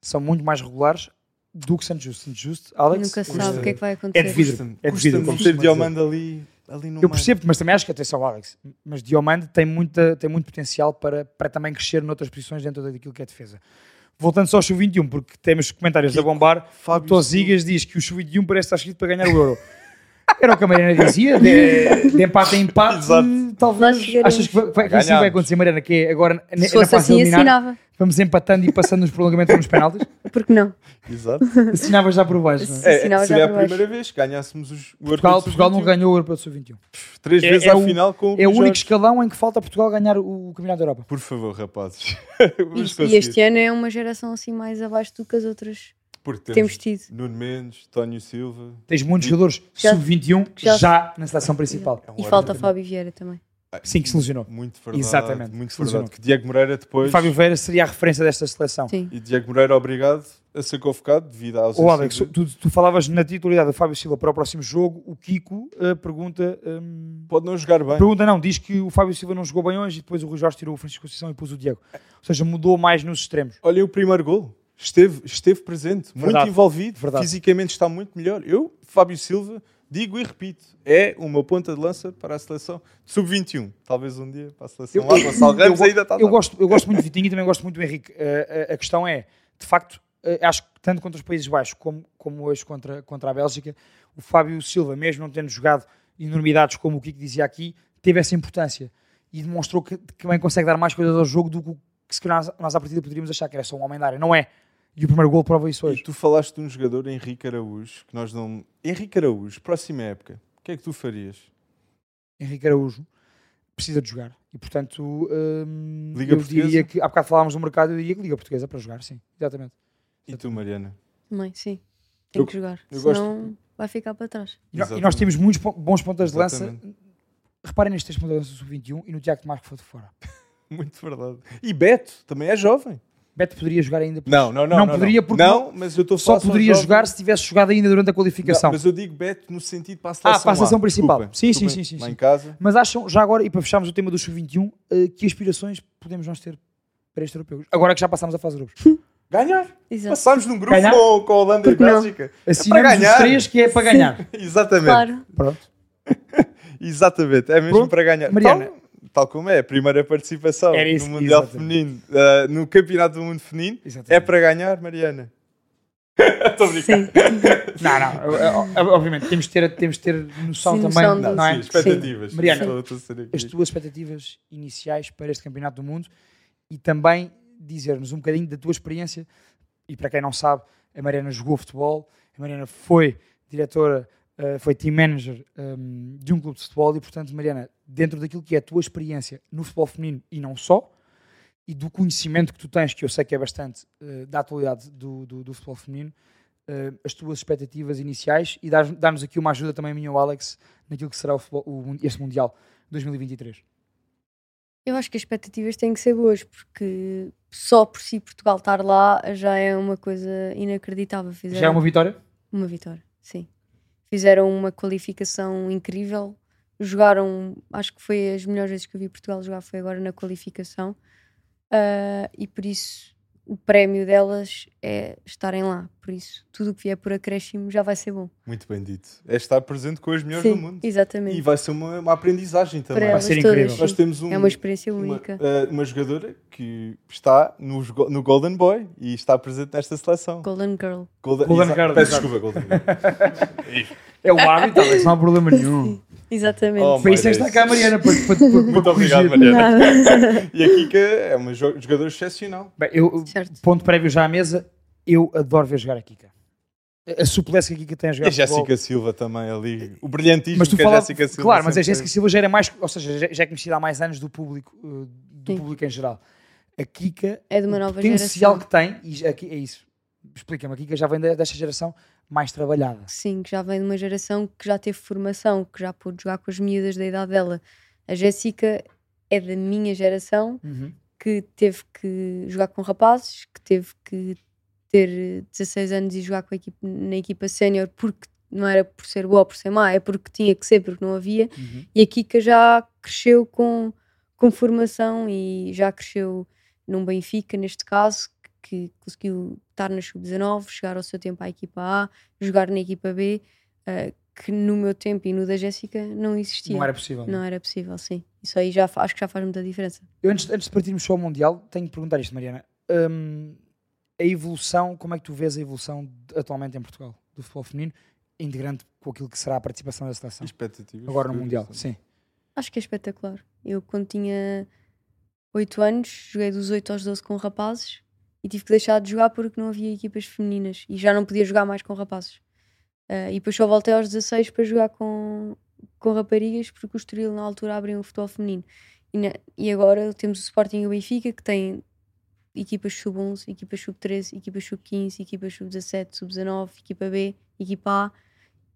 S2: são muito mais regulares do que Santos Justo. Santos Justo, Alex,
S3: Nunca se
S2: custa-
S3: sabe o que é que vai
S2: é
S3: acontecer.
S2: de vidro.
S1: Custa-me-
S2: É de vidro,
S1: custa-me
S2: como
S1: ter
S2: costuma dizer.
S1: Diomande ali, ali no
S2: Eu
S1: meio.
S2: percebo, mas também acho que atenção, Alex. Mas Diomande tem, muita, tem muito potencial para, para também crescer noutras posições dentro daquilo que é defesa. Voltando só ao Chu 21, porque temos comentários a bombar.
S1: Fábio
S2: Tozigas diz que o Chu 21 parece estar escrito para ganhar o euro. Era o que a Mariana dizia, de, de empate a empate.
S1: Exato.
S3: Nós
S2: Talvez.
S3: chegaremos.
S2: Achas que, vai, vai- que assim vai
S1: Ganhámos.
S2: acontecer, Mariana? Que é agora na-
S3: Se
S2: na
S3: fosse
S2: fase
S3: assim,
S2: eliminar,
S3: assinava.
S2: vamos empatando e passando nos prolongamentos ou nos penaltis?
S3: Porque não?
S1: Exato.
S2: Assinava já por baixo. Não é?
S1: É,
S3: Sinal já
S1: seria a
S3: para baixo.
S1: primeira vez que ganhássemos os, o
S3: um
S2: Portugal,
S1: Arthur
S2: Portugal não
S1: Sub-21.
S2: ganhou o Euro para o Sub 21.
S1: Três
S2: É-
S1: vezes
S2: é
S1: à
S2: o-
S1: final com
S2: É o
S1: Jorge.
S2: único escalão em que falta Portugal ganhar o Campeonato da Europa.
S1: Por favor, rapazes.
S3: E,
S1: Vamos
S3: e
S1: conseguir.
S3: este ano é uma geração assim mais abaixo do que as outras
S1: Porque
S3: que
S1: temos
S3: temos tido.
S1: Nuno Mendes, Tónio Silva.
S2: Tens muitos jogadores
S3: Já-
S2: sub-21
S3: que
S2: já,
S3: já-
S2: na seleção principal.
S1: É um
S3: E
S1: ótimo
S3: falta
S1: treinador.
S3: Fábio Vieira também.
S2: Sim, que se lesionou.
S1: Muito verdade.
S2: Exatamente.
S1: Muito
S2: Selecionou.
S1: verdade. Que Diego Moreira depois.
S2: Fábio Vieira seria a referência desta seleção.
S3: Sim.
S1: E Diego Moreira, obrigado a ser convocado devido à ausência.
S2: Ô Alex,
S1: de-
S2: tu, tu falavas na titularidade do Fábio Silva para o próximo jogo, o Kiko eh, pergunta... hum,
S1: Pode não jogar bem.
S2: Pergunta não, diz que o Fábio Silva não jogou bem hoje e depois o Rui Jorge tirou o Francisco Conceição e pôs o Diego. Ou seja, mudou mais nos extremos.
S1: Olha o primeiro gol. Esteve, esteve presente, muito
S2: Verdade.
S1: envolvido,
S2: Verdade.
S1: fisicamente está muito melhor. Eu, Fábio Silva, digo e repito, é uma ponta de lança para a seleção de sub-21. Talvez um dia para a seleção
S2: Eu-
S1: lá, Gonçalo Ramos
S2: eu,
S1: ainda está
S2: eu
S1: lá.
S2: gosto, eu gosto muito do Vitinho e também gosto muito do Henrique. Eh, a- a questão é, de facto, eh, acho que tanto contra os Países Baixos como, como hoje contra, contra a Bélgica, o Fábio Silva, mesmo não tendo jogado enormidades como o Kiko dizia aqui, teve essa importância e demonstrou que que também consegue dar mais coisas ao jogo do que o- que se calhar nós, nós à partida poderíamos achar que era só um homem da área. Não é. E o primeiro gol prova isso
S1: E
S2: hoje.
S1: tu falaste de um jogador, Henrique Araújo, que nós não. Henrique Araújo, próxima época, o que é que tu farias?
S2: Henrique Araújo precisa de jogar e, portanto, hum,
S1: Liga
S2: eu diria
S1: Portuguesa?
S2: que, há bocado falámos do mercado, eu diria que Liga Portuguesa para jogar, sim, exatamente.
S1: E tu, Mariana?
S3: Também, sim. Tem
S1: Eu-
S3: que jogar.
S1: eu gosto-
S3: Senão vai ficar para trás.
S2: E nó- E nós
S1: Exatamente.
S2: temos muitos po- bons pontas de lança.
S1: Exatamente.
S2: Reparem nestes três pontas de lança do sub-21 e no Tiago Tomás que foi de fora.
S1: Muito verdade. E Beto também é jovem.
S2: Beto poderia jogar ainda. porque
S1: Não, não, não.
S2: Não poderia porque
S1: Não, mas eu estou a
S2: Só
S1: falar só
S2: poderia
S1: jovem.
S2: jogar se tivesse jogado ainda durante a qualificação.
S1: Não, mas eu digo Beto no sentido para a
S2: Ah, para
S1: seleção.
S2: a seleção
S1: A.
S2: principal.
S1: Desculpa,
S2: Sim, sim,
S1: desculpem,
S2: sim, sim,
S1: Lá
S2: sim.
S1: em casa.
S2: Mas acham, já agora, e para fecharmos o tema do sub-21, eh, que aspirações podemos nós ter para este europeu? Agora que já passámos a fase de
S1: É
S2: grupos.
S1: Ganhar.
S3: Exato.
S1: Passámos num grupo
S2: Ganhar?
S1: com, com a Holanda
S3: Porque
S1: e
S3: não?
S1: Bélgica.
S2: Assinamos os
S1: ganhar.
S2: três que é para ganhar.
S1: Exatamente.
S3: Claro.
S2: Pronto.
S1: Exatamente. É mesmo
S2: Pronto.
S1: para ganhar.
S2: Mariana.
S1: Tal, tal como é, a primeira participação
S2: Era isso,
S1: no Mundial
S2: exatamente.
S1: Feminino, ah, no Campeonato do Mundo Feminino,
S2: Exatamente.
S1: é para ganhar, Mariana. Estou a brincar.
S3: Sim.
S2: Não, não. eh, eh, Obviamente, temos de ter, temos de ter noção
S3: Sim,
S2: também.
S3: noção
S2: não
S3: do-
S1: Sim,
S2: é?
S1: expectativas.
S2: Sim. Mariana,
S1: Estou- estou a ser aqui.
S2: as tuas expectativas iniciais para este Campeonato do Mundo e também dizer-nos um bocadinho da tua experiência. E para quem não sabe, a Mariana jogou futebol, a Mariana foi diretora, eh, foi team manager hum, de um clube de futebol e, portanto, Mariana, dentro daquilo que é a tua experiência no futebol feminino e não só, e do conhecimento que tu tens, que eu sei que é bastante eh, da atualidade do, do, do futebol feminino, eh, as tuas expectativas iniciais e dar- dar-nos aqui uma ajuda também a mim e ao Alex naquilo que será o futebol- o mun- este Mundial 2023.
S3: Eu acho que as expectativas têm que ser boas, porque só por si Portugal estar lá já é uma coisa inacreditável. Fizeram
S2: Já é uma vitória?
S3: uma vitória, sim. Fizeram uma qualificação incrível, jogaram, acho que foi as melhores vezes que eu vi Portugal jogar, foi agora na qualificação, Ah, e por isso o prémio delas é estarem lá. Por isso, tudo o que vier por acréscimo já vai ser bom.
S1: Muito bem dito. É estar presente com as melhores
S3: Sim,
S1: do mundo.
S3: Exatamente.
S1: E vai ser uma, uma aprendizagem
S3: Para
S1: também.
S4: Vai
S3: elas
S4: ser
S3: todas,
S4: incrível.
S3: sim.
S1: Nós temos um-
S3: É uma experiência
S1: uma,
S3: única.
S1: eh, uma jogadora que está nos go- no Golden Boy e está presente nesta seleção.
S3: Golden Girl.
S1: Golden,
S4: Golden
S1: exa-
S4: Girl,
S1: Peço
S4: exato.
S1: desculpa, Golden Girl.
S2: É o hábito, Alex, não há problema nenhum.
S3: Exatamente.
S1: Oh,
S2: Foi isso que está cá a Mariana, para, para, para, para
S1: Muito obrigado,
S2: corrigir.
S1: Mariana.
S3: Nada.
S1: E a Kika é uma jo- jogadora excepcional.
S2: Bem, eu,
S3: Certo.
S2: ponto prévio já à mesa, eu adoro ver jogar a Kika. A a suplesse que a Kika tem a
S1: E
S2: jogar
S1: a
S2: futebol.
S1: Jéssica Silva também ali. O brilhantismo
S2: mas tu
S1: que a
S2: fala,
S1: Jéssica Silva.
S2: claro, mas é a
S1: sempre
S2: Jéssica Silva já era mais, ou seja, já, já é conhecida há mais anos do público, uh, do
S3: Sim.
S2: público em geral. A Kika,
S3: É de uma
S2: o
S3: nova
S2: potencial
S3: geração.
S2: que tem, e já- aqui- é isso, explica-me, a Kika já vem de- desta geração mais trabalhada.
S3: Sim, que já vem de uma geração que já teve formação, que já pôde jogar com as miúdas da idade dela. A Jéssica é da minha geração,
S2: Uhum,
S3: que teve que jogar com rapazes, que teve que ter eh, 16 anos e jogar com a equipe, na equipa sénior, porque não era por ser boa ou por ser má, é porque tinha que ser, porque não havia.
S2: Uhum.
S3: E a Kika já cresceu com, com formação e já cresceu num Benfica, neste caso, que conseguiu estar na Sub-19, chegar ao seu tempo à equipa A, jogar na equipa B, eh, que no meu tempo e no da Jéssica não existia.
S2: Não era possível.
S3: Não era possível, sim. Isso aí já, fa- acho que já faz muita diferença.
S2: Eu, antes, antes de partirmos só ao Mundial, tenho que perguntar isto, Mariana. Hum, a evolução, como é que tu vês a evolução de- atualmente em Portugal do futebol feminino, integrante com aquilo que será a participação da seleção?
S1: Expectativas.
S2: Agora no
S1: futuras,
S2: Mundial,
S1: sim.
S2: sim.
S3: Acho que é espetacular. Eu, quando tinha 8 anos, joguei dos 8 aos 12 com rapazes e tive que deixar de jogar porque não havia equipas femininas e já não podia jogar mais com rapazes. Ah, e depois só voltei aos 16 para jogar com, com raparigas porque o Estoril na altura abriu o futebol feminino. E, na- e agora temos o Sporting e o Benfica que tem equipas sub-11, equipas sub-13, equipas sub-15, equipas sub-17, sub-19, equipa B, equipa A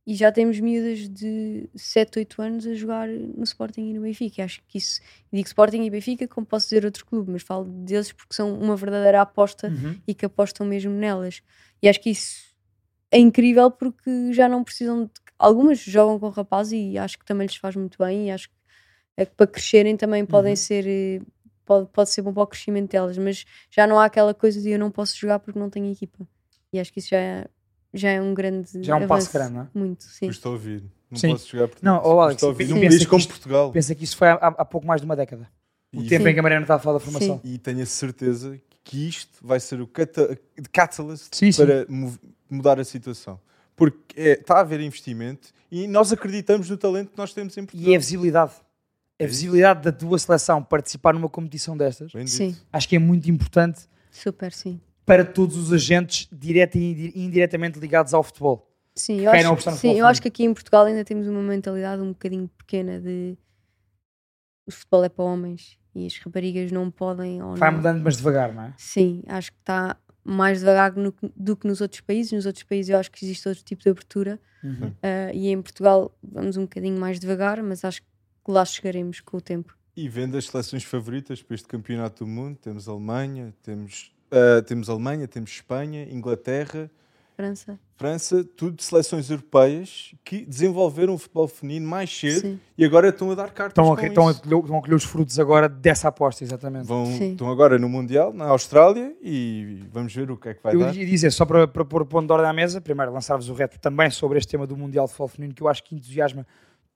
S3: e já temos miúdas de 7, 8 anos a jogar no Sporting e no Benfica. Acho que isso. Digo Sporting e Benfica, como posso dizer outro clube, mas falo deles porque são uma verdadeira aposta
S2: Uhum.
S3: e que apostam mesmo nelas. E acho que isso é incrível porque já não precisam de. Algumas jogam com rapazes e acho que também lhes faz muito bem e acho que é que para crescerem também
S2: Uhum.
S3: podem ser. eh, Pode, pode ser bom para o crescimento delas, mas já não há aquela coisa de eu não posso jogar porque não tenho equipa. E acho que isso já é, já é um grande.
S2: Já é um passo
S3: avanço.
S2: grande, não é?
S3: Muito, sim.
S1: Custa ouvir. Não
S2: Sim.
S1: posso jogar por
S2: Não, ó, Alex,
S1: Custa ouvir.
S2: sim.
S1: Num
S2: pensa
S1: país
S2: que
S1: como
S2: isto-
S1: Portugal.
S2: Pensa que isso foi há, há pouco mais de uma década. O
S1: E-
S2: tempo
S3: Sim.
S2: em que a Mariana estava a falar da formação.
S3: Sim.
S1: E tenho a certeza que isto vai ser o cata- catalyst
S2: Sim, sim.
S1: para mu- mudar a situação. Porque é- está a haver investimento e nós acreditamos no talento que nós temos em Portugal.
S2: E é a visibilidade. É A visibilidade da tua seleção participar numa competição destas,
S1: Bem dito.
S3: Sim,
S2: acho que é muito importante
S3: super, sim.
S2: para todos os agentes, direta e indi- indiretamente ligados ao futebol.
S3: Sim, eu,
S2: Quem não apostar
S3: acho,
S2: no
S3: sim,
S2: futebol
S3: eu acho que aqui em Portugal ainda temos uma mentalidade um bocadinho pequena de o futebol é para homens e as raparigas não podem ou
S2: Vai
S3: não.
S2: mudando, mas devagar, não é?
S3: Sim, acho que está mais devagar no que- do que nos outros países. Nos outros países eu acho que existe outro tipo de abertura ah, e em Portugal vamos um bocadinho mais devagar, mas acho que lá chegaremos com o tempo.
S1: E vendo as seleções favoritas para este campeonato do mundo, temos Alemanha, temos, ah, temos Alemanha, temos Espanha, Inglaterra,
S3: França?
S1: França, tudo seleções europeias que desenvolveram o futebol feminino mais cedo
S3: Sim.
S1: e agora estão a dar cartas
S2: Estão a,
S1: com
S2: estão, a,
S1: isso.
S2: colher- estão a colher os frutos agora dessa aposta, exatamente.
S1: Vão,
S3: Sim.
S1: estão agora no Mundial, na Austrália, e vamos ver o que é que vai
S2: Eu
S1: dar.
S2: ia dizer, só para, para pôr ponto de ordem à mesa, primeiro lançar-vos o reto também sobre este tema do Mundial de Futebol Feminino, que eu acho que entusiasma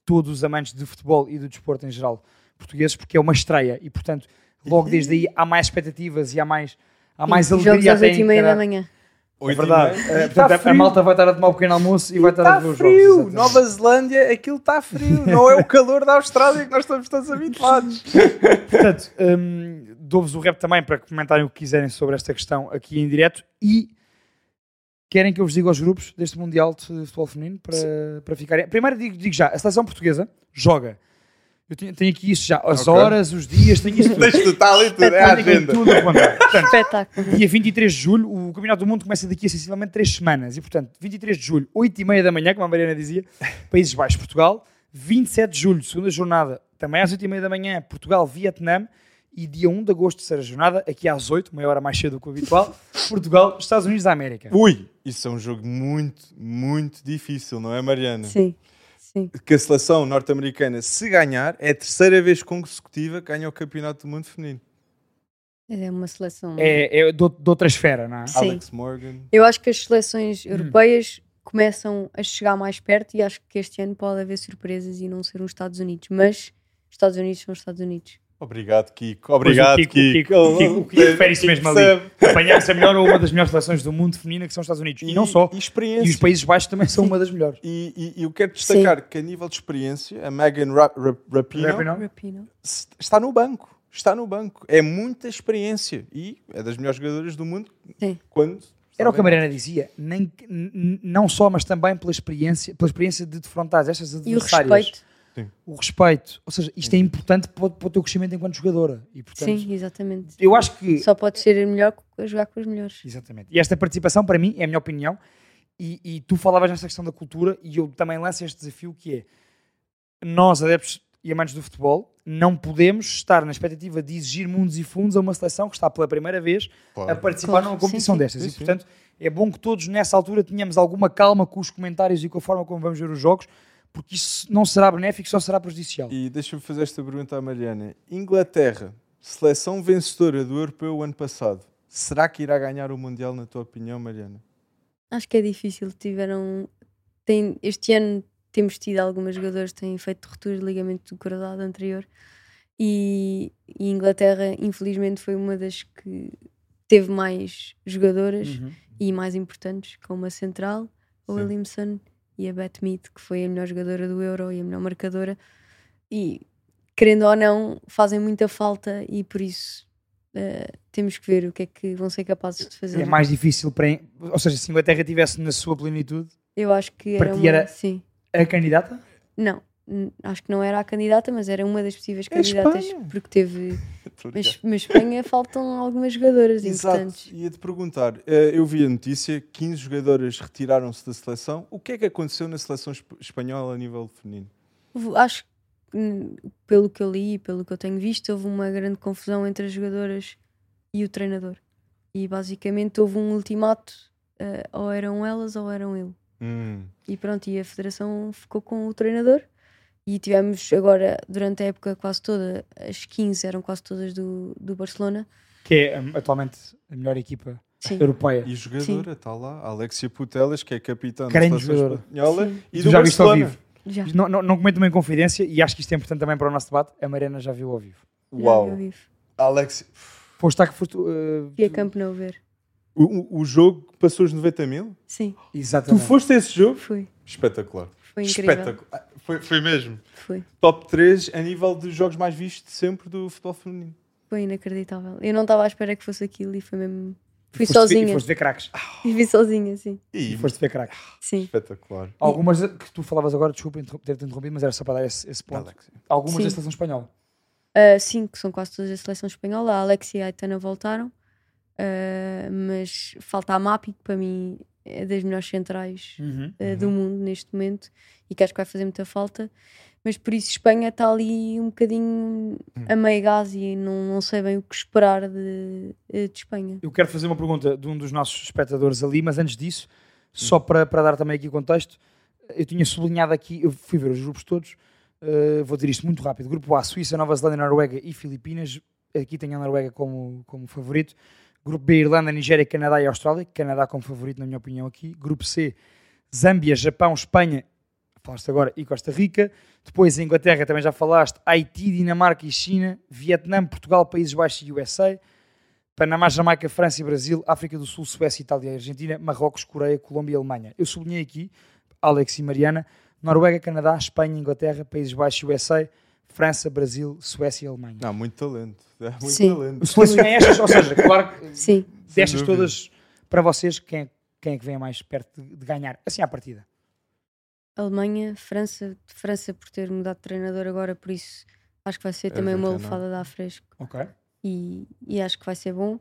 S2: todos os amantes de futebol e do desporto em geral portugueses, porque é uma estreia e, portanto, logo desde aí há mais expectativas e há mais, há mais
S3: E jogos
S2: alegria
S3: às
S2: até em
S3: 8h30 da
S2: encarar-
S3: manhã.
S2: É
S1: Oito e
S2: verdade.
S1: meia.
S2: Eh, portanto, a- a
S1: frio.
S2: malta vai estar a tomar um pequeno almoço e vai estar a
S1: Está
S2: ver os
S1: Tá frio,
S2: jogos. exatamente.
S1: Nova Zelândia, aquilo está frio, não é o calor da Austrália que nós estamos todos habituados.
S2: Portanto, hum, dou-vos o rap também para comentarem o que quiserem sobre esta questão aqui em direto e querem que eu vos diga aos grupos deste Mundial de Futebol Feminino para, para ficarem. Primeiro digo, digo já, a seleção portuguesa joga. Eu tenho, tenho aqui isto já, as
S1: Ok.
S2: horas, os dias, tenho isto tudo.
S1: Texto está ali tudo, é a
S2: Tenho
S1: agenda.
S2: tudo apontado. Portanto,
S3: Espetáculo.
S2: dia 23 de julho, o Campeonato do Mundo começa daqui a sensivelmente 3 semanas. E, portanto, 23 de julho, 8h30 da manhã, como a Mariana dizia, Países Baixos, Portugal. 27 de julho, segunda jornada, também às 8h30 da manhã, Portugal, Vietnã. E dia 1 de agosto, terceira jornada, aqui às 8 meia hora mais cedo do que o habitual, Portugal, Estados Unidos da América.
S1: Ui, isso é um jogo muito, muito difícil, não é, Mariana?
S3: Sim, sim.
S1: Que a seleção norte-americana, se ganhar, é a terceira vez consecutiva que ganha o Campeonato do Mundo Feminino.
S3: É uma seleção.
S2: É, é de, out- de outra esfera, não é?
S3: Sim.
S1: Alex Morgan.
S3: Eu acho que as seleções europeias começam a chegar mais perto e acho que este ano pode haver surpresas e não ser os Estados Unidos, mas os Estados Unidos são os Estados Unidos.
S1: Obrigado, Kiko. Obrigado,
S2: Pois o Kiko, o
S1: Kiko.
S2: Kiko, o Kiko, o Kiko refere isso mesmo ali.
S1: percebe.
S2: Apanhar-se a melhor ou uma das melhores seleções do mundo feminina, que são os Estados Unidos. E, não só.
S1: E
S2: E os
S1: experiência.
S2: Países Baixos também são uma das melhores.
S1: E, e- e eu quero destacar que, a nível de experiência, a Megan Ra Ra Rapinoe
S2: Rapinoe?
S3: Rapino.
S1: s- está no banco. Está no banco. É muita experiência. E é das melhores jogadoras do mundo.
S3: Sim.
S1: Quando.
S2: Era o que a Mariana dizia, nem, n- n- não só, mas também pela experiência, pela experiência de defrontar estas
S3: E o
S2: adversárias.
S3: respeito.
S2: O respeito. Ou seja, isto é importante para o, para o teu crescimento enquanto jogadora. E, portanto,
S3: Sim, exatamente.
S2: Eu acho que.
S3: Só pode ser melhor a jogar com os melhores.
S2: Exatamente. E esta participação, para mim, é a minha opinião. E, e tu falavas nesta questão da cultura, e eu também lanço este desafio que é: nós, adeptos e amantes do futebol, não podemos estar na expectativa de exigir mundos e fundos a uma seleção que está pela primeira vez a participar
S3: Claro,
S2: numa
S3: sim,
S2: competição
S3: sim.
S2: destas.
S1: Sim,
S2: E,
S1: sim.
S2: portanto, é bom que todos nessa altura tenhamos alguma calma com os comentários e com a forma como vamos ver os jogos, porque isso não será benéfico, só será prejudicial.
S1: E deixa-me fazer esta pergunta à Mariana. Inglaterra, seleção vencedora do europeu ano passado, será que irá ganhar o Mundial, na tua opinião, Mariana?
S3: Acho que é difícil. Tiveram. Tem, este ano temos tido algumas jogadoras que têm feito rupturas de ligamento do cruzado anterior e, e Inglaterra, infelizmente, foi uma das que teve mais jogadoras
S1: Uhum.
S3: e mais importantes, como a Central, a
S1: Sim.
S3: Williamson e a Beth Mead, que foi a melhor jogadora do Euro e a melhor marcadora. E, querendo ou não, fazem muita falta e por isso. eh, temos que ver o que é que vão ser capazes de fazer.
S2: É mais difícil para. Ou seja, se a Inglaterra estivesse na sua plenitude,
S3: Eu acho que era uma...
S2: Partilha era-
S3: Sim.
S2: a candidata.
S3: Não, n- acho que não era a candidata, mas era uma das possíveis
S1: É
S3: candidatas,
S1: Espanha.
S3: porque teve...
S1: Obrigado.
S3: Mas, mas Espanha faltam algumas jogadoras importantes.
S1: Ia te perguntar, eh, eu vi a notícia, 15 jogadoras retiraram-se da seleção. O que é que aconteceu na seleção esp- espanhola a nível feminino?
S3: Houve- Acho que, hum, pelo que eu li e pelo que eu tenho visto, houve uma grande confusão entre as jogadoras e o treinador. E basicamente houve um ultimato, eh, ou eram elas ou eram ele. E pronto, e a federação ficou com o treinador. E tivemos agora, durante a época quase toda, as 15 eram quase todas do, do Barcelona.
S2: que é hum, atualmente a melhor equipa
S3: Sim.
S2: europeia.
S1: E jogadora, está lá, a Alexia Putelas, que é capitã da
S2: Grande
S1: seleção
S2: jogadora.
S1: espanhola.
S3: Sim.
S1: E
S2: Tu
S1: do
S2: já viste ao
S1: Barcelona.
S2: vivo?
S3: Já.
S2: Não, não, não comento uma inconfidência e acho que isto é importante também para o nosso debate. A Mariana já viu ao vivo.
S1: Uau,
S3: Já vi ao vivo.
S1: Alexia...
S2: Foste estar que foste. uh,
S3: E a Camp não ver.
S1: O, o- o jogo passou os 90 mil?
S3: Sim,
S1: Tu
S2: Exatamente.
S1: foste a esse jogo?
S3: foi.
S1: Espetacular.
S3: Foi incrível.
S1: Espetacular. Ah, Foi, foi mesmo.
S3: Foi.
S1: Top 3 a nível dos jogos mais vistos de sempre do futebol feminino.
S3: Foi inacreditável. Eu não estava à espera que fosse aquilo e foi mesmo. Fui
S2: Foste ver- E
S3: sozinha.
S2: foste ver craques.
S3: E vi sozinha, sim.
S1: E
S2: E foste ver craques.
S3: Sim.
S1: espetacular.
S2: Algumas que tu falavas agora, desculpa interrom- ter-te interrompido, mas era só para dar esse, esse ponto.
S1: Alexia.
S2: Algumas
S3: Sim.
S2: da seleção espanhola.
S3: Ah, sim, que são quase todas a seleção espanhola. A Alexia e a Aitana voltaram. Ah, mas falta a Mapi, que para mim é das melhores centrais ah, do mundo neste momento e que acho que vai fazer muita falta. Mas por isso Espanha está ali um bocadinho a meio gás e não, não sei bem o que esperar de, eh, de Espanha.
S2: Eu quero fazer uma pergunta de um dos nossos espectadores ali, mas antes disso, só para, para dar também aqui contexto, eu tinha sublinhado aqui, eu fui ver os grupos todos, eh, vou dizer isto muito rápido: Grupo A, Suíça, Nova Zelândia, Noruega e Filipinas. Aqui tenho a Noruega como, como favorito. Grupo B, Irlanda, Nigéria, Canadá e Austrália. Canadá como favorito, na minha opinião, aqui. Grupo C, Zâmbia, Japão, Espanha, falaste agora, e Costa Rica. Depois a Inglaterra, também já falaste, Haiti, Dinamarca e China, Vietnã, Portugal, Países Baixos e USA. Panamá, Jamaica, França e Brasil, África do Sul, Suécia, Itália e Argentina, Marrocos, Coreia, Colômbia e Alemanha. Eu sublinhei aqui, Alex e Mariana, Noruega, Canadá, Espanha, Inglaterra, Países Baixos e USA, França, Brasil, Suécia e Alemanha.
S1: Não, muito talento. É muito
S3: Sim.
S1: talento.
S2: Selecionei estas, ou seja, claro, que
S3: Sim.
S2: destas
S1: dúvida.
S2: todas para vocês, quem é, quem é que vem mais perto de, de ganhar? Assim à partida.
S3: Alemanha, França, França por ter mudado de treinador agora, por isso acho que vai ser também uma
S1: Argentina.
S3: lufada de ar fresco
S2: Ok.
S3: e, e acho que vai ser bom.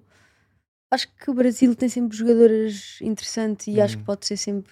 S3: Acho que o Brasil tem sempre jogadoras interessantes e acho que
S1: Uhum.
S3: pode ser sempre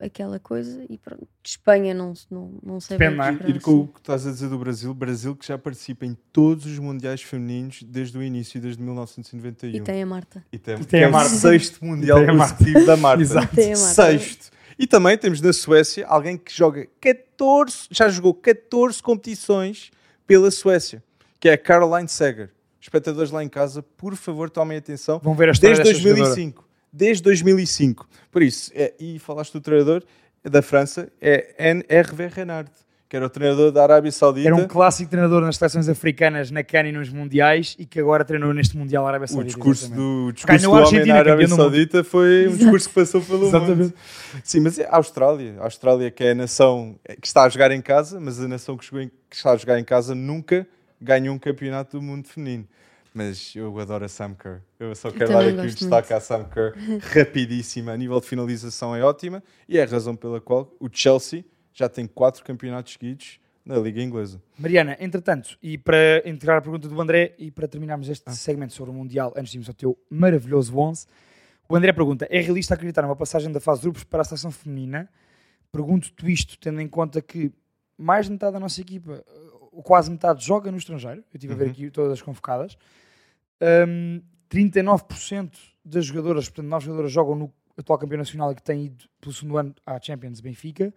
S3: aquela coisa e pronto. Espanha não, não, não sei
S2: Depende,
S3: bem o que é
S2: não
S1: Ir
S3: esperar,
S1: com o
S3: sim.
S1: que estás a dizer do Brasil, Brasil que já participa em todos os mundiais femininos desde o início, desde 1991.
S3: E tem a Marta.
S1: E um. tem,
S2: E tem
S1: que é
S2: a Marta.
S1: o sexto mundial
S2: E tem a Marta.
S1: consecutivo da Marta.
S2: Exato.
S3: Tem a Marta.
S1: Sexto. E também temos na Suécia alguém que joga 14, já jogou 14 competições pela Suécia, que é a Caroline Seger. espectadores lá em casa, por favor, tomem atenção.
S2: Vão ver a história
S1: Desde
S2: desta jogadora.
S1: 2005. Desde 2005. Por isso, é- e falaste do treinador da França, é NRV Renard, que era o treinador da Arábia Saudita.
S2: Era um clássico treinador nas seleções africanas, na CAN e nos mundiais e que agora treinou neste Mundial Arábia
S1: o
S2: Saudita.
S1: discurso
S2: exatamente.
S1: do, o discurso do
S2: Ganhou a
S1: homem na
S2: Argentina,
S1: Arábia
S2: campeão do mundo.
S1: Saudita foi um discurso que passou pelo mundo.
S2: Exatamente.
S1: Sim, mas é a Austrália. A Austrália que é a nação que está a jogar em casa, mas a nação que, jogou em- que está a jogar em casa nunca ganhou um campeonato do mundo feminino. Mas eu adoro a Sam Kerr. Eu só quero dar
S3: também
S1: aqui o
S3: gosto
S1: destaque à Sam Kerr. Rapidíssima. A nível de finalização é ótima e é a razão pela qual o Chelsea já tem quatro campeonatos seguidos na Liga Inglesa.
S2: Mariana, entretanto, e para integrar a pergunta do André e para terminarmos este segmento sobre o Mundial, antes de irmos ao teu maravilhoso 11, o André pergunta: é realista acreditar numa passagem da fase de grupos para a seleção feminina? Pergunto-te isto, tendo em conta que mais de metade da nossa equipa, ou quase metade, joga no estrangeiro. Eu estive a ver
S1: Uhum.
S2: aqui todas as convocadas. Hum, 39% das jogadoras, portanto, nove jogadoras jogam no atual campeão nacional e que têm ido pelo segundo ano à Champions Benfica.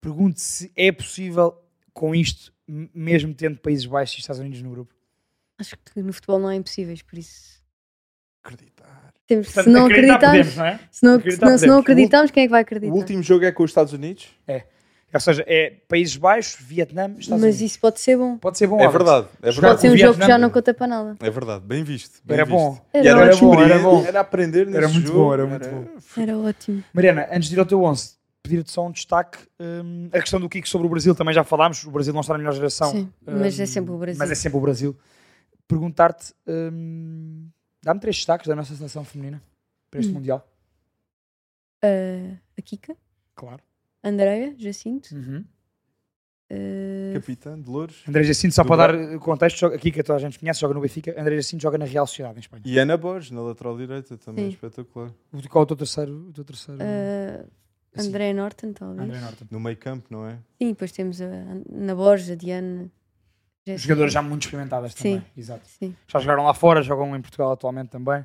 S2: Pergunto se é possível com isto, m- mesmo tendo Países Baixos e Estados Unidos no grupo.
S3: Acho que no futebol não há impossíveis, por isso.
S1: Acreditar.
S3: Temos, se não acreditarmos,
S2: podemos, não é?
S3: se não,
S2: Acreditar
S3: se não- se não
S2: podemos.
S3: acreditamos, quem é que vai
S1: O
S3: acreditar?
S1: último jogo é com os Estados Unidos?
S2: Ou seja, é Países Baixos, Vietnã, Estados
S3: Mas
S2: Unidos.
S3: isso pode ser bom.
S2: Pode ser bom.
S1: É
S2: Alex.
S1: verdade. É
S2: Jogar
S1: verdade.
S3: Pode ser um
S2: Vietnã-
S3: jogo que já não conta para nada.
S1: É verdade, bem visto. bem
S2: Era
S1: visto.
S2: bom.
S1: E era,
S3: Era
S1: uma
S2: bom, era
S1: experiência,
S2: bom.
S1: era aprender nesse
S2: Era muito
S1: jogo.
S2: bom, era muito bom.
S3: Era ótimo.
S2: Mariana, antes de ir ao teu 11, pedir-te só um destaque. hum, a questão do Kiko sobre o Brasil, também já falámos. O Brasil não está na melhor geração.
S3: Sim, mas é
S2: hum,
S3: sempre o Brasil.
S2: Mas é sempre o Brasil. Perguntar-te, hum, dá-me três destaques da nossa seleção feminina para este
S3: Hum.
S2: Mundial.
S3: Ah, a Kika,
S2: Claro.
S3: Andreia, Jacinto.
S2: Uhum.
S3: ah,
S1: Capitã, Dolores
S2: André Jacinto, só
S1: Do
S2: para
S1: Bra-
S2: dar eh, contexto, joga- aqui que toda a gente conhece, joga no Benfica. André Jacinto joga na Real Sociedade, em Espanha.
S1: e Ana Borges na lateral direita, também
S3: Sim.
S1: espetacular.
S2: O- Qual é o teu terceiro? O teu terceiro
S3: ah,
S2: assim?
S3: André Norton, talvez.
S2: André Norton.
S1: No meio campo, não é?
S3: Sim, depois temos a Ana Borges, a Diane. Jéssica.
S2: Jogadoras já muito experimentadas também.
S3: É Sim.
S2: Exato.
S3: Sim.
S2: Já jogaram lá fora, jogam em Portugal atualmente também.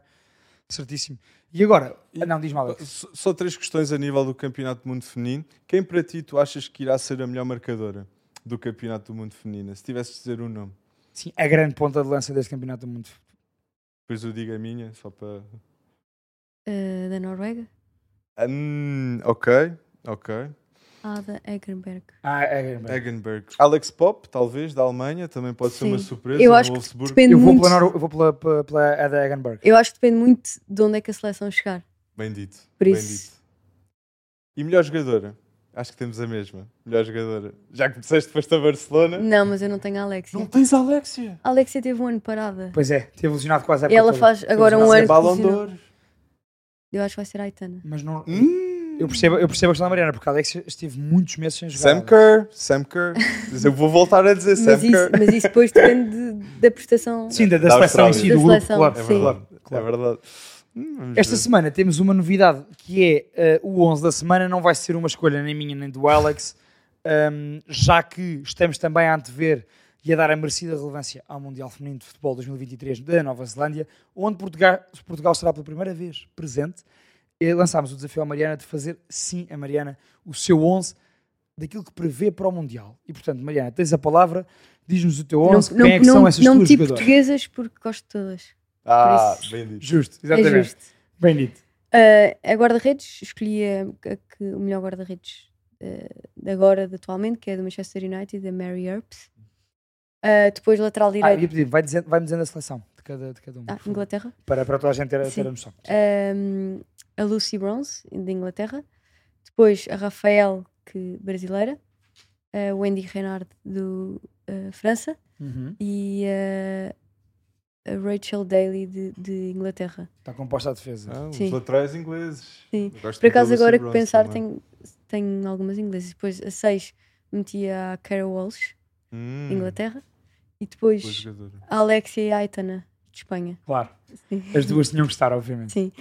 S2: Certíssimo. E agora? Ah, Não, diz-me, Alex.
S1: Só só três questões a nível do Campeonato do Mundo Feminino. Quem para ti tu achas que irá ser a melhor marcadora do Campeonato do Mundo Feminino? Se tivesse de dizer um nome,
S2: Sim, a grande ponta de lança deste campeonato do mundo.
S1: depois eu digo a minha, só para.
S3: ah, da Noruega.
S1: Hum, ok, ok.
S3: Ada Egrenberg.
S2: Ah, é, é,
S1: Eggenberg. Alex Pop, talvez, da Alemanha, também pode ser uma
S3: Sim.
S1: surpresa.
S3: Eu
S1: no
S3: acho que
S1: Wolfsburg.
S3: Depende
S2: Eu vou,
S3: É muito.
S2: planar, eu vou pela, pela, pela Ada Egenberg.
S3: Eu acho que depende muito de onde é que a seleção chegar.
S1: Bendito.
S3: Por isso-
S1: Bendito. E melhor jogadora? Acho que temos a mesma. Melhor jogadora. Já que disseste que foste a Barcelona.
S3: Não, mas eu não tenho a Alexia.
S1: tens a Alexia.
S3: A Alexia teve um ano parada.
S2: Pois é, teve lesionado quase a época
S3: Ela
S2: toda.
S3: faz
S2: Teve
S3: agora um
S2: lesionado.
S1: Ela
S3: ano.
S1: é Ballon
S3: profissional.
S1: d'Or.
S3: Eu acho que vai ser a Aitana.
S2: Mas não...
S1: Hum.
S2: Eu percebo, eu percebo a questão da Mariana, porque a Alex esteve muitos meses sem jogar.
S1: Sam Kerr. Sam Kerr. Mas Eu vou voltar a dizer Sam
S3: Mas isso,
S1: Kerr.
S3: mas isso depois depende de- da prestação.
S2: Sim, da, da
S1: Da
S2: seleção em
S1: Austrália.
S2: si,
S3: Da
S2: do grupo.
S3: seleção,
S2: Claro,
S1: É
S3: Sim.
S1: verdade.
S2: Claro.
S1: É verdade. Hum, vamos
S2: Esta
S1: ver.
S2: semana temos uma novidade que é eh, o 11 da semana. Não vai ser uma escolha nem minha nem do Alex, ehm, já que estamos também a antever e a dar a merecida relevância ao Mundial Feminino de Futebol 2023 da Nova Zelândia, onde Portugal, Portugal será pela primeira vez presente. Eh, lançámos o desafio à Mariana de fazer, sim, a Mariana, o seu 11 daquilo que prevê para o Mundial. E, portanto, Mariana, tens a palavra, diz-nos o teu 11, quem é que são essas
S3: não tipo
S2: tuas
S3: meti
S2: jogadoras.
S3: portuguesas porque gosto de todas.
S1: Ah,
S3: por isso-
S1: bem dito.
S2: Justo, exatamente.
S3: É justo.
S2: Bem dito.
S3: Ah, a guarda-redes, escolhi a, a que, o melhor guarda-redes ah, de agora, de atualmente, que é do Manchester United, a Mary Earps. Ah, depois lateral
S2: Ah, ia
S3: direito,
S2: pedir, vai dizendo, vai dizendo a seleção de cada, de cada um.
S3: ah, Inglaterra.
S2: para, para toda a gente ter,
S3: Sim.
S2: ter a noção.
S3: Um, a Lucy Bronze, da Inglaterra. Depois a Rafael, que brasileira. Ah, A Wendy Renard, do uh, França.
S2: Uhum.
S3: E uh, a Rachel Daly, de, de Inglaterra.
S2: Está composta a defesa.
S1: Ah, os
S3: Sim.
S1: laterais ingleses.
S3: Sim.
S1: Eu gosto muito
S3: Por
S1: da Então, Lucy
S3: acaso,
S1: é?
S3: agora que
S1: Bronze
S3: pensar,
S1: também.
S3: tenho, tenho algumas inglesas. Depois a 6 meti a Cara Walsh,
S1: Hum,
S3: de Inglaterra. E
S1: boa
S3: depois
S1: jogadora.
S3: a Alexia e a Aitana, de Espanha.
S2: Claro.
S3: Sim.
S2: As duas tinham que estar, obviamente.
S3: Sim.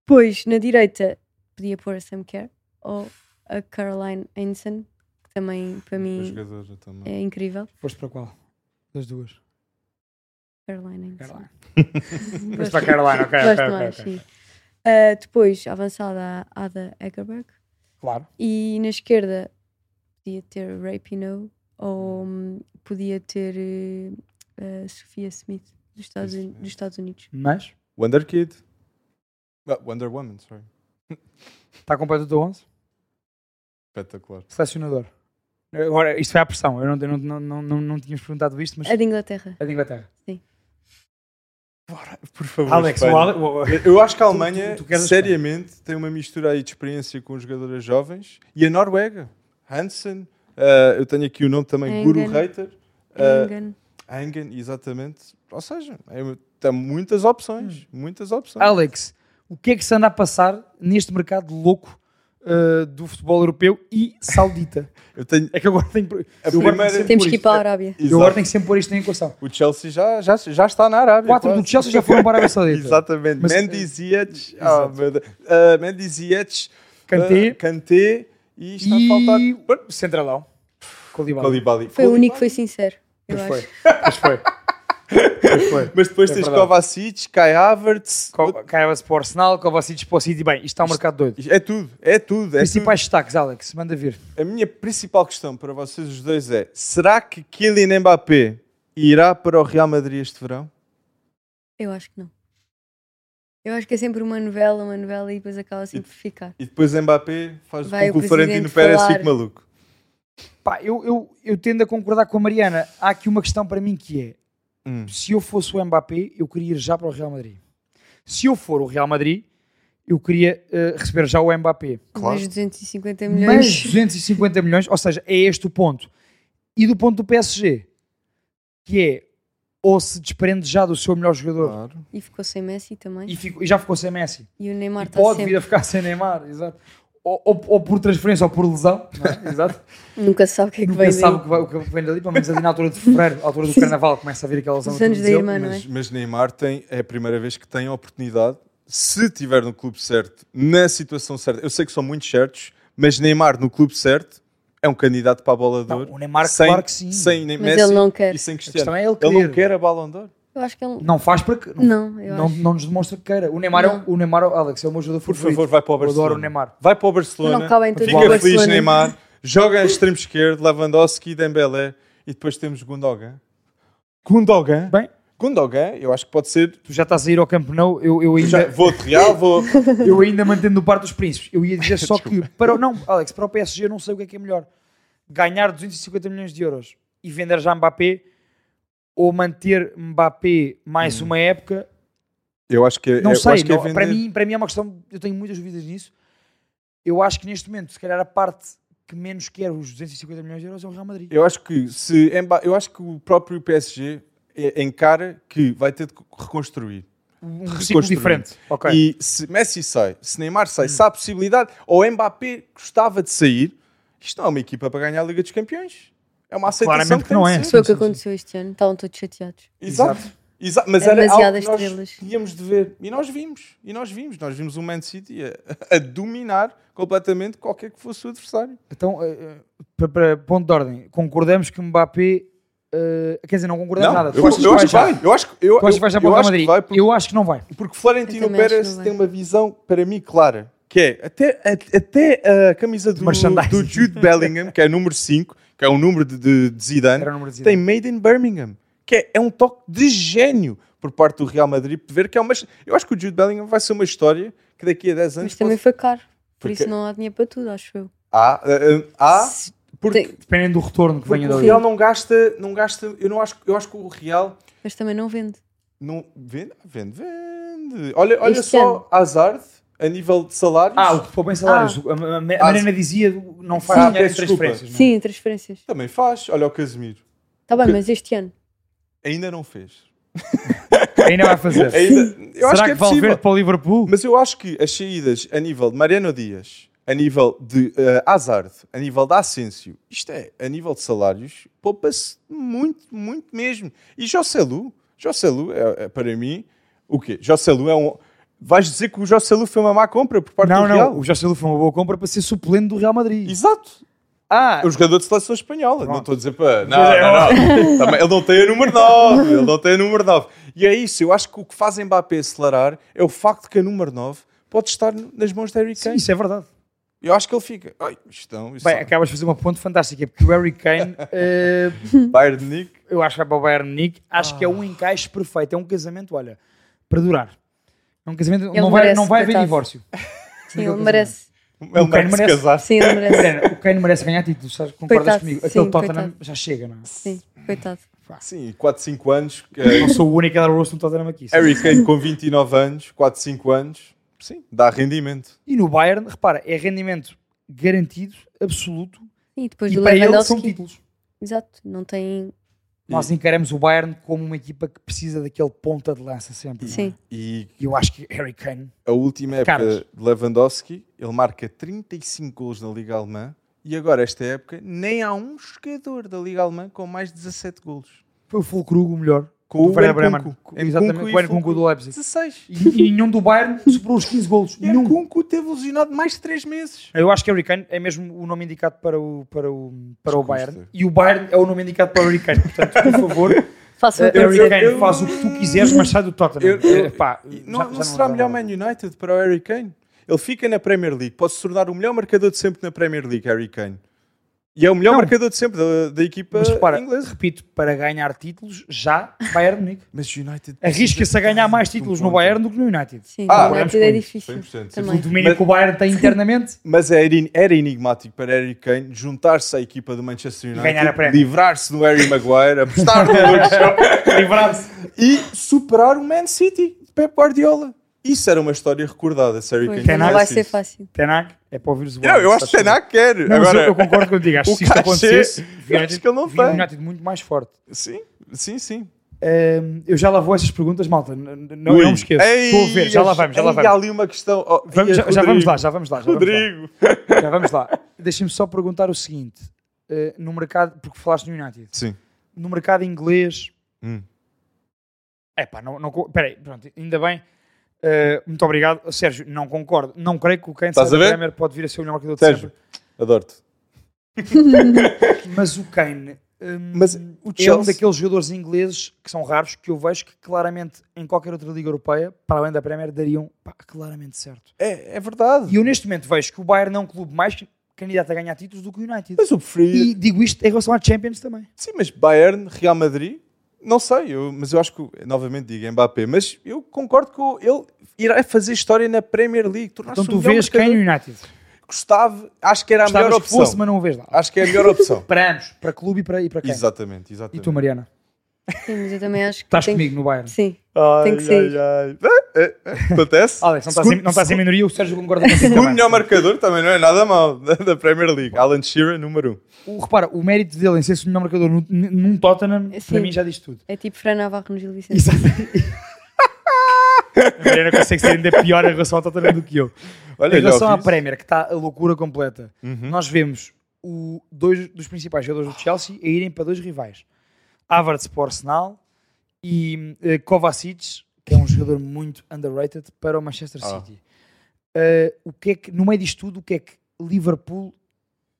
S3: Depois, na direita, podia pôr a Sam Kerr ou a Caroline Ainson, que também para
S1: Boa
S3: mim
S1: jogadora também.
S3: é incrível.
S2: Foste para qual? Das duas.
S3: Caroline Ainson.
S2: Caroline. Foste para a Caroline, ok, ok,
S3: Gosto
S2: ok.
S3: mais,
S2: ok.
S3: sim. Ah, depois, avançada a Ada Eckerberg.
S2: Claro.
S3: E na esquerda, podia ter Ray Pino ou hum, podia ter eh, a Sofia eh, Smith. dos Estados, Uni- dos Estados Unidos.
S2: Mas,
S1: Wonder Kid. Ah, Wonder Woman, sorry.
S2: está completo o teu 11?
S1: Espetacular.
S2: Selecionador. Agora, isto foi à pressão. Eu não, eu não, não, não, não tínhamos perguntado isto, mas.
S3: A de Inglaterra.
S2: É de Inglaterra.
S1: Por favor,
S2: Alex,
S1: Espanha.
S2: o Ale- o- o-
S1: Eu acho que a Alemanha,
S2: tu queres a
S1: seriamente, tem uma mistura aí de experiência com jogadoras jovens. E a Noruega, Hansen, ah, eu tenho aqui o nome também,
S3: Engen.
S1: Guru Reiter,
S2: Eh,
S3: Uh,
S1: ah, Engen, exatamente. Ou seja, é, uma- tem muitas opções,
S2: Hum.
S1: muitas opções.
S2: Alex, o que é que se anda a passar neste mercado louco uh, do futebol europeu e saudita?
S1: Eu tenho
S2: é que agora tenho.
S1: a
S2: eu agora
S1: primeira...
S3: Temos que ir para a
S2: é
S1: Exato.
S3: Arábia.
S2: Eu agora tenho que sempre pôr isto em equação.
S1: O Chelsea já, já, já está na Arábia.
S2: Quatro
S1: quase.
S2: do Chelsea já foram para a Arábia Saudita.
S1: Exatamente.
S2: Mas- eh,
S1: Mendy Ziyech. ah, meu Deus. Ah, Mendy Ziyech.
S2: Kanté.
S1: ah, Kanté. E está a faltar...
S2: E o Centralão. Colibali.
S1: Koulibaly.
S3: Foi o único que foi sincero. Eu
S2: Pois foi.
S3: acho.
S2: Pois foi. Pois foi.
S1: Mas depois
S2: É
S1: tens
S2: verdade.
S1: Kovacic, Kai Havertz.
S2: Co- Caiava-se para o Arsenal, Kovacic para o City. Bem, isto está um mercado doido.
S1: É tudo, é tudo. É tudo.
S2: Principais destaques, Alex, manda vir.
S1: A minha principal questão para vocês os dois é: será que Kylian Mbappé irá para o Real Madrid este verão?
S3: Eu acho que não. Eu acho que é sempre uma novela, uma novela e depois acaba sempre por ficar.
S1: E depois Mbappé faz
S3: Vai
S1: com que
S3: o
S1: o Florentino
S3: presidente
S1: Pérez
S3: falar.
S1: fique maluco.
S2: Pá, eu, eu, eu tendo a concordar com a Mariana. Há aqui uma questão para mim que é:
S1: Hum.
S2: se eu fosse o Mbappé, eu queria ir já para o Real Madrid. Se eu for o Real Madrid, eu queria eh, receber já o Mbappé.
S1: Claro.
S3: Mas 250
S2: Mas
S3: milhões.
S2: 250 milhões, ou seja, é este o ponto. E do ponto do PSG, que é ou se desprende já do seu melhor jogador
S1: Claro.
S3: E ficou sem Messi também.
S2: e,
S3: E,
S2: ficou- e já ficou sem Messi,
S3: o Neymar
S2: e
S3: está
S2: pode vir
S3: sempre.
S2: a ficar sem Neymar, exato. Ou, ou- ou por transferência ou por lesão, não é? exato.
S3: Nunca se sabe o que é que
S2: Nunca
S3: vai
S2: sabe o
S3: sabe...
S2: que, vai- o que vem dali, pelo menos ali na altura de fevereiro, à altura do carnaval, começa a vir aquela lesão.
S3: Os
S2: da
S3: anos da
S2: tornozelo.
S3: irmã, não é?
S1: Mas, mas Neymar tem, é a primeira vez que tem a oportunidade, se tiver no clube certo, na situação certa. Eu sei que são muito certos, mas Neymar no clube certo é um candidato para a bola de
S2: Não,
S1: Ouro.
S2: o Neymar,
S1: sem,
S2: claro que sim.
S1: Sem nem
S3: Mas
S1: Messi
S3: ele não quer.
S1: e sem
S2: A
S1: Cristiano.
S2: questão é ele
S1: Ele
S2: querer.
S1: não quer a Ballon d'Or.
S3: Eu acho que ele.
S2: Não faz para que.
S3: Não, eu
S2: não,
S3: acho.
S2: não nos demonstra que queira. O Neymar, é
S3: Não.
S2: o, o Neymar, Alex, é o meu jogador
S1: Por
S2: favorito.
S1: favor, vai para o
S2: Eu
S1: Barcelona.
S2: adoro o Neymar.
S1: Vai para o Barcelona.
S3: Não cabem todos
S1: fica
S3: para o
S1: feliz,
S3: Barcelona.
S1: Neymar. Joga a extremo esquerdo, Lewandowski, Dembélé e depois temos Gundogan. Gundogan?
S2: Bem.
S1: Gundogan, eu acho que pode ser. né?
S2: Tu já estás a ir ao Camp Nou, eu, eu
S1: Já,
S2: ainda,
S1: vou de Real, vou.
S2: eu ainda mantendo o par dos príncipes. Eu ia dizer só que, para, o- não, Alex, para o PSG eu não sei o que é que é melhor. Ganhar 250 milhões de euros e vender já Mbappé ou manter Mbappé mais uma época.
S1: Eu acho que
S2: Não
S1: Hum. eu
S2: sei,
S1: acho que é
S2: não-
S1: vender-
S2: para, mim, para mim é uma questão, eu tenho muitas dúvidas nisso. Eu acho que neste momento, se calhar a parte que menos quer os 250 milhões de euros é o Real Madrid.
S1: Eu acho que se Mba- eu acho que o próprio PSG eh, encara que vai ter de reconstruir.
S2: Um ciclo
S1: reconstruir.
S2: diferente. Ok.
S1: E se Messi sai, se Neymar sai, se há a possibilidade, ou Mbappé gostava de sair, isto não é uma equipa para ganhar a Liga dos Campeões. É uma aceitação
S2: Claramente que
S1: tem
S2: não
S1: de
S2: é.
S1: ser.
S3: Isso foi o que aconteceu este ano. Estavam todos chateados.
S1: Exato. Exa- mas
S3: É
S1: era algo
S3: demasiadas
S1: que nós
S3: estrelas.
S1: tínhamos de ver. E nós vimos. E nós vimos. Nós vimos o Man City a, a dominar completamente qualquer que fosse o adversário.
S2: Então, eh, eh, para, para ponto de ordem, concordamos que Mbappé. eh, quer dizer, não concordamos nada. Tu
S1: eu,
S2: achas
S1: eu acho que
S2: já?
S1: vai. Eu acho, que- eu,
S2: Tu achas que vai já
S1: eu
S2: para o Real
S1: acho que
S2: Madrid?
S1: vai, porque,
S2: Eu acho que não vai.
S1: porque Florentino
S3: Eu também acho que
S1: Pérez
S3: não vai.
S1: tem uma visão, para mim, clara. Que é até, a- até a camisa do,
S2: Merchandising.
S1: do Jude Bellingham, que é número 5, que é o número de, de, de Zidane,
S2: Era o número de
S1: tem Made in Birmingham, que é, é um toque de gênio por parte do Real Madrid. Ver que é uma, eu acho que o Jude Bellingham vai ser uma história que daqui a 10 anos
S3: Mas também
S1: pode-
S3: foi caro. Por
S1: Porque-
S3: isso não há dinheiro para tudo, acho eu.
S1: Há, eh, eh,
S2: Ah,
S1: há,
S3: Se-
S1: porque,
S3: tem-
S2: Dependendo do retorno que
S1: porque
S2: venha
S1: o
S2: da
S1: Real
S2: Liga.
S1: não gasta, não gasta, eu não acho, eu acho que o Real
S3: Mas também não vende.
S1: não vende, vende, vende. Olha, olha
S3: Este
S1: só
S3: ano.
S1: Hazard a nível de salários.
S2: Ah, o que for bem salários. A, a, a Mariana dizia não faz
S1: Ah,
S2: dinheiro em
S1: peço desculpa.
S2: transferências. não é?
S3: Sim, transferências.
S1: também faz. Olha o Casemiro.
S3: Está bem,
S1: Que-
S3: mas este ano.
S1: Ainda não fez.
S2: Ainda vai fazer.
S1: Ainda, eu
S2: Será
S1: acho
S2: que,
S1: que é
S2: Valverde
S1: possível.
S2: para o Liverpool?
S1: Mas eu acho que as saídas a nível de Mariano Dias, a nível de eh, Hazard, a nível de Asensio, isto é, a nível de salários, poupa-se muito, muito mesmo. E José Lu, José Lu é, é para mim, o quê? José Lu é um... Vais dizer que o José Lu foi uma má compra por parte
S2: Não,
S1: do
S2: não.
S1: Real?
S2: O José Lu foi uma boa compra para ser suplente do Real Madrid.
S1: Exato.
S2: Ah,
S1: É um jogador de seleção espanhola. Não estou a dizer para... Não,
S2: Pois
S1: não, não. Também- ele não tem a número 9. Ele não tem a número 9. E é isso. Eu acho que o que faz Mbappé acelerar é o facto que a número 9 pode estar nas mãos de Harry
S2: sim,
S1: Kane.
S2: isso é verdade.
S1: Eu acho que ele fica. Ai, é um, estão.
S2: Bem, acabas de fazer uma ponte fantástica, porque o Harry Kane, eh,
S1: Bayern um de Nick.
S2: eu acho que vai para o Bayern de Munique, acho que é um encaixe perfeito, é um casamento, olha, para durar. É um casamento,
S3: Ele
S2: não vai,
S3: merece,
S2: não vai haver
S3: coitado.
S2: divórcio.
S3: Sim, ele merece.
S1: Ele
S2: Kane
S1: merece
S2: merece.
S1: casar.
S3: Sim, ele merece.
S2: Mariana, o Kane merece ganhar títulos, sabes? concordas
S3: Coitado,
S2: comigo?
S3: sim,
S2: Aquele Tottenham
S3: coitado.
S2: já chega, não é?
S3: Sim, coitado.
S1: Sim, 4, 5 anos. eh,
S2: Não sou o único a dar o rosto no Tottenham aqui. sabe?
S1: Harry Kane com 29 anos, 4, 5 anos. Sim, dá rendimento.
S2: E no Bayern, repara, é rendimento garantido, absoluto,
S3: E depois
S2: e
S3: do
S2: para ele são tipo- Hum.
S3: Lewandowski.
S2: títulos.
S3: Exato, não tem.
S2: Nós encaramos o Bayern como uma equipa que precisa daquele ponta de lança sempre. não é?
S3: Sim,
S1: E
S2: E eu acho que Harry Kane
S1: a última época
S2: Caras.
S1: de Lewandowski, ele marca 35 gols na Liga Alemã. E agora, esta época, nem há um jogador da Liga Alemã com mais de 17 golos.
S2: foi o Fulkrug o melhor.
S1: Com
S2: do Werder Bremen. É
S1: Nkunku.
S2: Exatamente,
S1: Nkunku
S2: o
S1: e
S2: Bayern Kunku do Leipzig.
S1: 16.
S2: E, e nenhum do Bayern superou os 15 golos.
S1: E
S2: Nenhum.
S1: Nkunku teve lesionado mais de 3 meses.
S2: Eu acho que Harry Kane é mesmo o nome indicado para o, para o, para o
S1: Custa.
S2: Bayern. E o Bayern é o nome indicado para o Harry Kane. Portanto, por favor,
S3: faço
S2: Harry
S3: o que eu
S2: Kane,
S3: dizer.
S1: eu-
S2: faz o que tu quiseres, mas sai do Tottenham.
S1: Eu- eu-
S2: Epá,
S1: E
S2: já-
S1: não,
S2: já
S1: não
S2: não
S1: será
S2: dá
S1: melhor
S2: nada.
S1: Man United para o Harry Kane? Ele fica na Premier League, pode se tornar o melhor marcador de sempre na Premier League, Harry Kane. E é o melhor
S2: Não.
S1: marcador de sempre da, da equipa
S2: Mas repara,
S1: inglesa.
S2: repito, para ganhar títulos, já Bayern de Munique.
S1: Mas United
S2: Arrisca-se a ganhar mais títulos no Bayern do que no United.
S3: Sim,
S1: Ah,
S3: o
S2: vamos
S3: United
S2: com
S3: é
S2: isso.
S3: difícil.
S1: 100%, sim.
S2: O
S3: Também.
S2: domínio
S1: Mas-
S2: que o Bayern tem internamente.
S1: Mas era, in- era enigmático para Harry Kane juntar-se à equipa do Manchester
S2: Ganhar a
S1: United,
S2: Premier.
S1: livrar-se do Harry Maguire, apostar no Luke
S2: Livrar-se.
S1: Shaw e superar o Man City de Pep Guardiola. Isso era uma história recordada, se Harry
S3: Pois,
S1: Kane
S2: Tem
S3: Não
S2: nada
S1: fizesse
S3: vai ser
S1: isso.
S3: fácil.
S2: Tenac é para ouvir os
S1: Não, eu acho que Tenak quer.
S2: Agora,
S1: Agora,
S2: eu, eu concordo contigo.
S1: o
S2: Acho que se isto
S1: cachê,
S2: acontecesse,
S1: eu acho que ele não
S2: vinha um
S1: tem.
S2: United muito mais forte.
S1: sim, sim, sim.
S2: Hum, eu já lá vou essas perguntas, malta. N- n- Não,
S1: Ui.
S2: não me esqueço.
S1: Ei,
S2: Estou a ver, já lá vamos, já lá
S1: ei,
S2: vamos.
S1: há ali uma questão. Oh,
S2: Vamos-
S1: ia,
S2: já, já
S1: Rodrigo,
S2: vamos lá, já vamos lá. Já vamos lá.
S1: Rodrigo.
S2: Já vamos lá. Deixa-me só perguntar o seguinte: eh, no mercado, porque falaste no United,
S1: Sim.
S2: no mercado inglês.
S1: Hum.
S2: É pá, não. não co- Peraí, pronto, ainda bem. Eh, muito obrigado, Sérgio. Não concordo. Não creio que o Kane
S1: Estás
S2: saia
S1: a
S2: da
S1: ver?
S2: Premier pode vir a ser o melhor marcador de
S1: Sérgio,
S2: sempre.
S1: adoro-te.
S2: Mas o Kane. hum,
S1: Mas o
S2: é um
S1: Chelsea.
S2: daqueles jogadores ingleses que são raros que eu vejo que claramente em qualquer outra liga europeia, para além da Premier, dariam pá, claramente certo.
S1: É, é verdade.
S2: E eu neste momento vejo que o Bayern é um clube mais candidato a ganhar títulos do que o United.
S1: Mas eu preferia.
S2: E digo isto em relação à Champions também.
S1: Sim, mas Bayern, Real Madrid, não sei. Eu, mas eu acho que, novamente digo Mbappé, mas eu concordo que ele irá fazer história na Premier League. Tornar-se
S2: Então
S1: o
S2: tu
S1: melhor
S2: vês
S1: marcador.
S2: quem no United.
S1: Gostava, acho que era a
S2: Estavas
S1: melhor
S2: que fosse,
S1: opção.
S2: mas não o vês lá.
S1: Acho que é a melhor opção.
S2: Para ambos, para clube e para, e para quem.
S1: exatamente,
S2: E
S1: exatamente.
S2: tu, Mariana?
S3: Sim, mas eu também acho que.
S2: Estás
S3: tem-
S2: comigo no Bayern?
S3: Sim.
S1: Ai,
S3: Tem que sair.
S1: ai, ai. É, é, é. Acontece?
S2: Alex, não estás, em, não estás em minoria, o Sérgio concorda contigo
S1: Segundo
S2: também.
S1: melhor marcador também não é nada mal da da Premier League. Alan Shearer, número 1. Um.
S2: O, repara, o mérito dele em ser o melhor marcador num, num Tottenham,
S3: Sim.
S2: para mim já diz tudo.
S3: É tipo Fran Navarro no Gil Vicente.
S2: Exato. A Mariana consegue ser ainda pior em relação ao Tottenham do que eu.
S1: Olha,
S2: em relação
S1: já
S2: à
S1: o fiz. Uhum.
S2: Premier, que está a loucura completa, nós vemos o, dois dos principais jogadores do Chelsea a irem para dois rivais. Havertz para o Arsenal e eh, Kovacic, que é um jogador muito underrated, para o Manchester
S1: Ah.
S2: City. Eh, o que é que, no meio disto tudo, o que é que Liverpool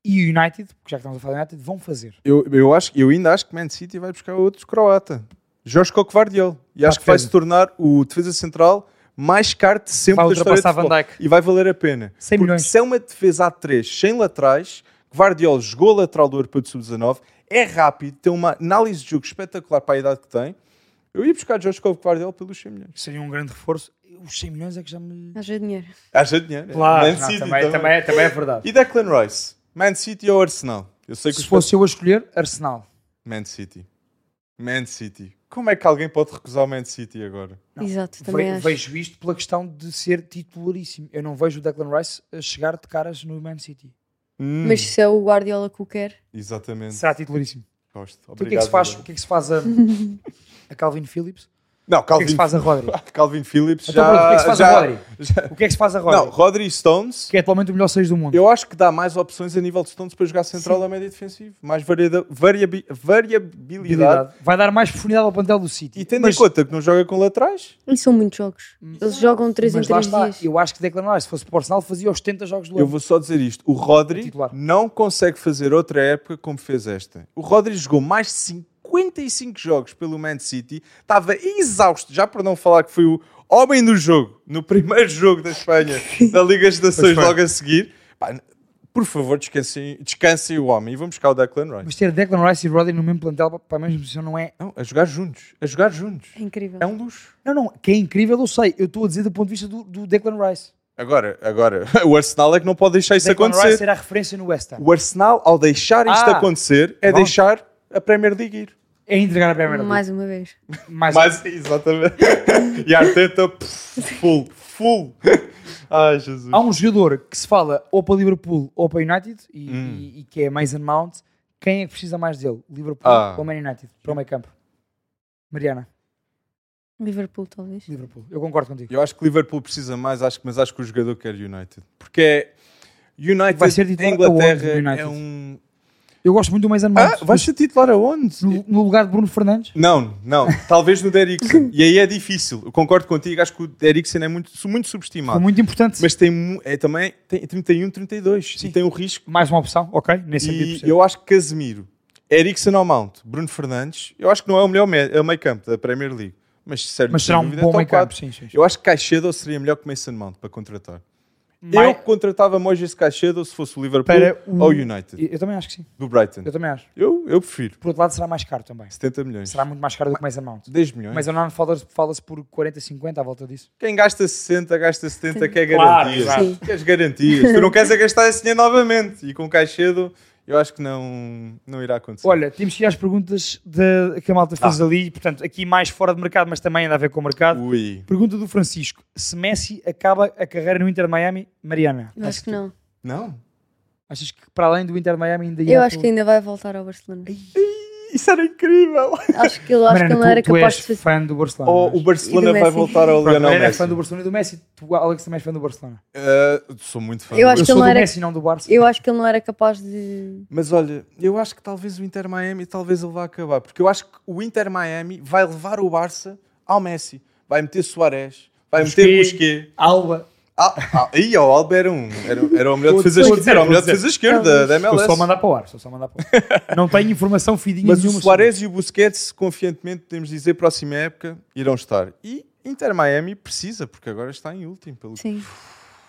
S2: e United, porque já que estamos a falar de United, vão fazer?
S1: Eu, eu, acho, eu ainda acho que Man City vai buscar outro croata. Joshko Kvardiol. E acho que vai
S2: Tá defesa.
S1: se tornar o defesa central mais caro de sempre
S2: Vai
S1: da história
S2: ultrapassar
S1: de futebol.
S2: Van Dijk.
S1: E vai valer a pena.
S2: 100
S1: Porque
S2: milhões.
S1: se é uma defesa A3 sem laterais, Kvardiol jogou lateral do Europeu de Sub-19, é rápido, tem uma análise de jogo espetacular para a idade que tem. Eu ia buscar Joshko Kvardiol pelos 100 milhões.
S2: Seria um grande reforço. Os 100 milhões é que já me...
S3: Haja dinheiro.
S1: Haja dinheiro. é.
S2: Claro,
S1: Man
S2: não,
S1: City
S2: também,
S1: também.
S2: também é- também é verdade.
S1: E Declan Rice? Man City ou Arsenal? Eu sei que
S2: Se
S1: os
S2: fosse eu a escolher, Arsenal.
S1: Man City. Man City. Como é que alguém pode recusar o Man City agora?
S3: Exato,
S2: Ve-
S3: também acho.
S2: vejo isto pela questão de ser titularíssimo. Eu não vejo o Declan Rice a chegar de caras no Man City.
S1: Hum,
S3: Mas se é o Guardiola que o quer,
S1: Exatamente.
S2: Será titularíssimo.
S1: Gosto.
S2: Então, o que é que se faz, o que é que se faz a, a Calvin Phillips?
S1: Não,
S2: O que é
S1: Calvin,
S2: que se faz a Rodri?
S1: Calvin Phillips
S2: Então,
S1: já...
S2: pronto, o que é que se faz
S1: já-
S2: a Rodri? O que é que se faz a Rodri?
S1: Não, Rodri e Stones.
S2: Que é atualmente o melhor 6 do mundo.
S1: Eu acho que dá mais opções a nível de Stones para jogar central da média defensiva. Mais variada- variabi- variabilidade.
S2: Habilidade. Vai dar mais profundidade ao plantel do City.
S1: E tendo
S2: Mas-
S1: em conta que não joga com laterais,
S3: e são muitos jogos. Eles jogam 3 em
S2: Hum. mas lá
S3: 3
S2: está,
S3: dias.
S2: eu acho que Declan Rice, se fosse para o Arsenal, fazia os 70 jogos do
S1: eu
S2: ano.
S1: vou só dizer isto. O Rodri
S2: Titular.
S1: não consegue fazer outra época como fez esta. O Rodri jogou mais de 55 jogos pelo Man City. Estava exausto, já para não falar que foi o homem do jogo, no primeiro jogo da Espanha, da Liga das Nações
S2: foi.
S1: logo a seguir. Pá, por favor, descansem, descansem o homem e vamos buscar o Declan Rice.
S2: Mas ter Declan Rice e Rodney no mesmo plantel para a mesma posição não é.
S1: Não, a jogar juntos, a jogar juntos.
S3: É incrível.
S1: É um luxo.
S2: Não, não, que é incrível, eu sei. Eu estou a dizer do ponto de vista do, do Declan Rice.
S1: Agora, agora, o Arsenal é que não pode deixar isso
S2: Declan
S1: acontecer.
S2: Rice será a referência no West Ham.
S1: O Arsenal, ao deixar isto
S2: Ah,
S1: acontecer, é
S2: pronto.
S1: deixar a Premier League ir.
S2: É entregar a Premier League.
S3: Mais uma vez.
S2: Mais,
S1: Mas, exatamente. e a Arteta, pff, full, full. Ai, Jesus.
S2: Há um jogador que se fala ou para Liverpool ou para United e,
S1: Hum.
S2: e- e que é Mason Mount. Quem é que precisa mais dele? Liverpool
S1: Ah.
S2: ou Man United? Para o meio campo. Mariana,
S3: Liverpool, talvez.
S2: Liverpool. Eu concordo contigo.
S1: Eu acho que Liverpool precisa mais, acho, que- mas acho que o jogador quer United. Porque é. United
S2: Vai ser titular
S1: em Inglaterra
S2: aonde, United?
S1: é um.
S2: Eu gosto muito do Mason Mount.
S1: Ah, vai ser titular aonde?
S2: no, no lugar de Bruno Fernandes.
S1: Não, não. Talvez no Derrickson. e aí é difícil. Eu concordo contigo, acho que o Derrickson é muito, su- muito
S2: Foi
S1: subestimado.
S2: muito importante.
S1: Ah. Mas tem mu- é, também tem 31, 32. E tem o risco.
S2: Mais uma opção, ok? Nesse sentido.
S1: E
S2: percebo.
S1: eu acho que Casemiro, Eriksen ao Mount, Bruno Fernandes, eu acho que não é o melhor me- é o meio campo da Premier League. Mas, sério,
S2: Mas
S1: sem
S2: será um
S1: dúvida, é
S2: bom
S1: top
S2: meio campo,
S1: quatro.
S2: sim, sim. sim.
S1: Eu acho que Caicedo seria melhor que Mason Mount para contratar.
S2: Mai-
S1: Eu contratava Moisés Caicedo se fosse o Liverpool
S2: Para o-
S1: ou o United,
S2: Eu, eu também acho que sim.
S1: do Brighton.
S2: Eu também acho.
S1: Eu, eu prefiro.
S2: Por outro lado, será mais caro também.
S1: 70 milhões.
S2: Será muito mais caro do que Mason Mount.
S1: 10 milhões.
S2: Mas não fala-se fala por 40, 50 à volta disso.
S1: Quem gasta 60, gasta 70, quer
S2: Claro,
S1: garantias.
S2: exato.
S3: Sim.
S1: Queres garantias. tu não queres é gastar esse dinheiro novamente. E com Caicedo, eu acho que não, não irá acontecer.
S2: Olha, temos que ir às perguntas de, que a malta
S1: Ah.
S2: fez ali. Portanto, aqui mais fora de mercado, mas também anda a ver com o mercado.
S1: Ui.
S2: Pergunta do Francisco. Se Messi acaba a carreira no Inter de Miami, Mariana,
S3: Eu acho que não.
S1: Não.
S2: achas que para além do Inter de Miami ainda ia
S3: Eu
S2: para
S3: acho
S2: o-
S3: que ainda vai voltar ao Barcelona.
S1: Isso era incrível.
S3: Acho que ele, acho que
S2: Mariana,
S3: ele não era
S2: tu, tu
S3: capaz
S2: és
S3: de fazer.
S2: fã do Barcelona.
S1: Ou
S2: não
S1: o
S2: és?
S1: Barcelona
S3: E do
S1: vai
S3: Messi.
S1: voltar ao
S2: Pronto,
S1: Lionel
S2: Mariana é
S1: Messi.
S2: fã do Barcelona e do Messi. Tu, Alex, também és fã do Barcelona.
S1: Uh, sou muito fã.
S3: Eu
S1: do
S3: acho
S2: eu
S3: que
S2: sou
S3: ele
S2: do
S3: não era-
S2: Messi, não do Barça.
S3: Eu acho que ele não era capaz de.
S1: Mas olha, eu acho que talvez o Inter Miami talvez ele vá acabar, porque eu acho que o Inter Miami vai levar o Barça ao Messi, vai meter Soares, vai meter Busquets.
S2: Alba.
S1: Ah, ah, e o Alba era, um, era, era o melhor defesa esquerda,
S2: Vou dizer,
S1: era o
S2: vou
S1: melhor
S2: dizer.
S1: defesa esquerda da
S2: Estou
S1: MLS.
S2: só a mandar para o ar. Estou só a mandar para o ar. Não tenho informação fidinha
S1: Mas o
S2: nenhuma.
S1: Soares e o Busquets, confiantemente podemos dizer, próxima época irão estar. E Inter Miami precisa, porque agora está em último. Pelo...
S3: Sim.
S2: sobre-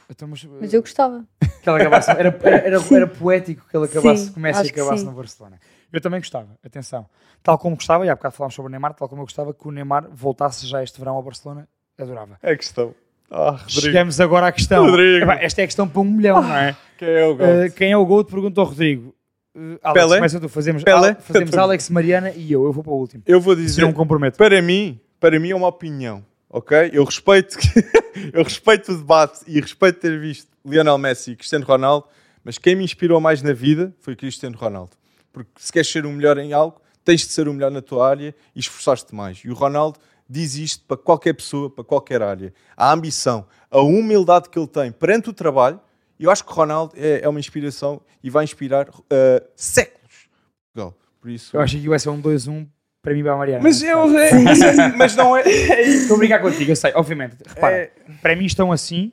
S2: Então, mas, uh,
S3: Mas eu gostava.
S2: que ela acabasse- era, era- era- era poético que ele acabasse,
S3: Sim,
S2: comece
S3: acho
S2: e
S3: que
S2: acabasse
S3: sim.
S2: no Barcelona. Eu também gostava, atenção. Tal como gostava, e há bocado falámos sobre o Neymar, tal como eu gostava que o Neymar voltasse já este verão ao Barcelona, adorava.
S1: É questão. Ah, Rodrigo,
S2: Chegamos agora à questão.
S1: Rodrigo.
S2: Epá, esta é a questão para um milhão, não é?
S1: quem é o gol?
S2: Uh, quem é o Gold? Pergunta ao Rodrigo. Uh, Alex,
S1: Pelé?
S2: começa tu. Fazemos,
S1: Pelé?
S2: Al- fazemos Alex, Mariana e eu. Eu vou para o último.
S1: eu vou
S2: Se
S1: dizer.
S2: não me comprometo.
S1: Para mim, para mim é uma opinião, ok? Eu respeito, eu respeito o debate e respeito ter visto Lionel Messi e Cristiano Ronaldo, mas quem me inspirou mais na vida foi Cristiano Ronaldo. Porque se queres ser o melhor em algo, tens de ser o melhor na tua área e esforçar-te mais. E o Ronaldo diz isto para qualquer pessoa, para qualquer área. A ambição, a humildade que ele tem perante o trabalho, eu acho que o Ronaldo é, é uma inspiração e vai inspirar eh, séculos. Portugal. Por isso...
S2: Eu acho que o S é um 2-1 para mim para a Mariana.
S1: Mas eu... mas não é... é isso.
S2: Estou a brincar contigo, eu sei, obviamente. Repara, para mim estão assim,